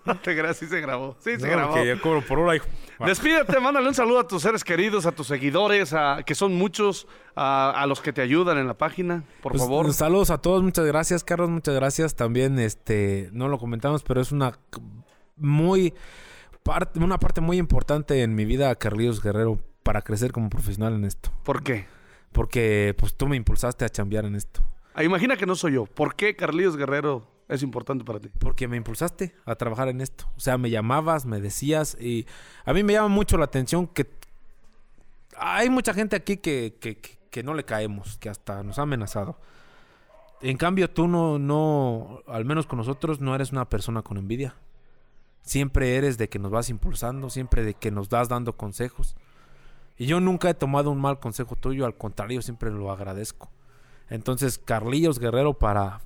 No te creas, sí se grabó. Sí se grabó.
yo cobro por hora, hijo.
Despídete, mándale un saludo a tus seres queridos, a tus seguidores, a, que son muchos, a, a los que te ayudan en la página, por
Pues,
favor.
Saludos a todos, muchas gracias, Carlos, muchas gracias. También, este, no lo comentamos, pero es una c- muy parte, una parte muy importante en mi vida, Carlitos Guerrero, para crecer como profesional en esto.
¿Por qué?
Porque pues tú me impulsaste a chambear en esto.
Ah, Imagina que no soy yo. ¿Por qué Carlitos Guerrero es importante para ti?
Porque me impulsaste a trabajar en esto. O sea, me llamabas, me decías y a mí me llama mucho la atención que hay mucha gente aquí que, que- que- que no le caemos, que hasta nos ha amenazado. En cambio, tú no, no, al menos con nosotros, no eres una persona con envidia. Siempre eres de que nos vas impulsando, siempre de que nos das dando consejos. Y yo nunca he tomado un mal consejo tuyo, al contrario, siempre lo agradezco. Entonces, Carlillos Guerrero para,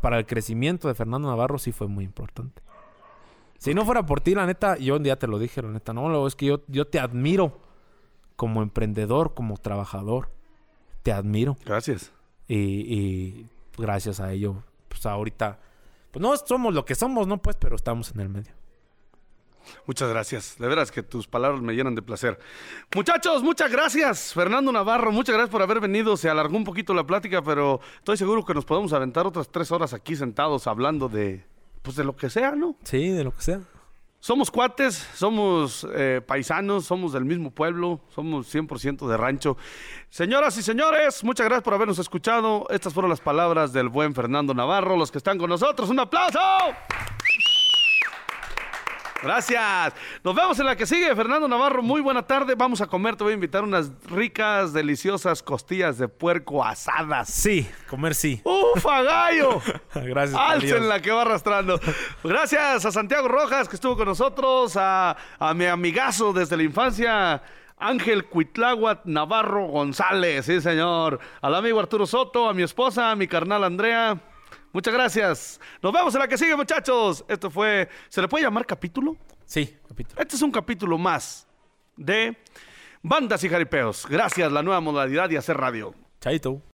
para el crecimiento de Fernando Navarro sí fue muy importante. Si no fuera por ti, la neta, yo un día te lo dije, la neta, no, lo- es que yo, yo te admiro como emprendedor, como trabajador. Te admiro.
Gracias.
Y, y gracias a ello, pues ahorita, pues no somos lo que somos, ¿no? Pues, pero estamos en el medio.
Muchas gracias. De veras que tus palabras me llenan de placer. Muchachos, muchas gracias. Fernando Navarro, muchas gracias por haber venido. Se alargó un poquito la plática, pero estoy seguro que nos podemos aventar otras tres horas aquí sentados hablando de, pues de lo que sea, ¿no?
Sí, de lo que sea.
Somos cuates, somos eh, paisanos, somos del mismo pueblo, somos 100% de rancho. Señoras y señores, muchas gracias por habernos escuchado. Estas fueron las palabras del buen Fernando Navarro, los que están con nosotros. ¡Un aplauso! Gracias. Nos vemos en la que sigue, Fernando Navarro. Muy buena tarde. Vamos a comer. Te voy a invitar unas ricas, deliciosas costillas de puerco asadas.
Sí, comer sí. [laughs]
¡Ufa, gallo!
Gracias.
Alcen
Carlillos.
la que va arrastrando. Gracias a Santiago Rojas que estuvo con nosotros, a, a mi amigazo desde la infancia, Ángel Cuitláhuac Navarro González, sí señor. Al amigo Arturo Soto, a mi esposa, a mi carnal Andrea. Muchas gracias. Nos vemos en la que sigue, muchachos. Esto fue. ¿Se le puede llamar capítulo?
Sí, capítulo.
Este es un capítulo más de Bandas y Jaripeos. Gracias, la nueva modalidad y hacer radio.
Chaito.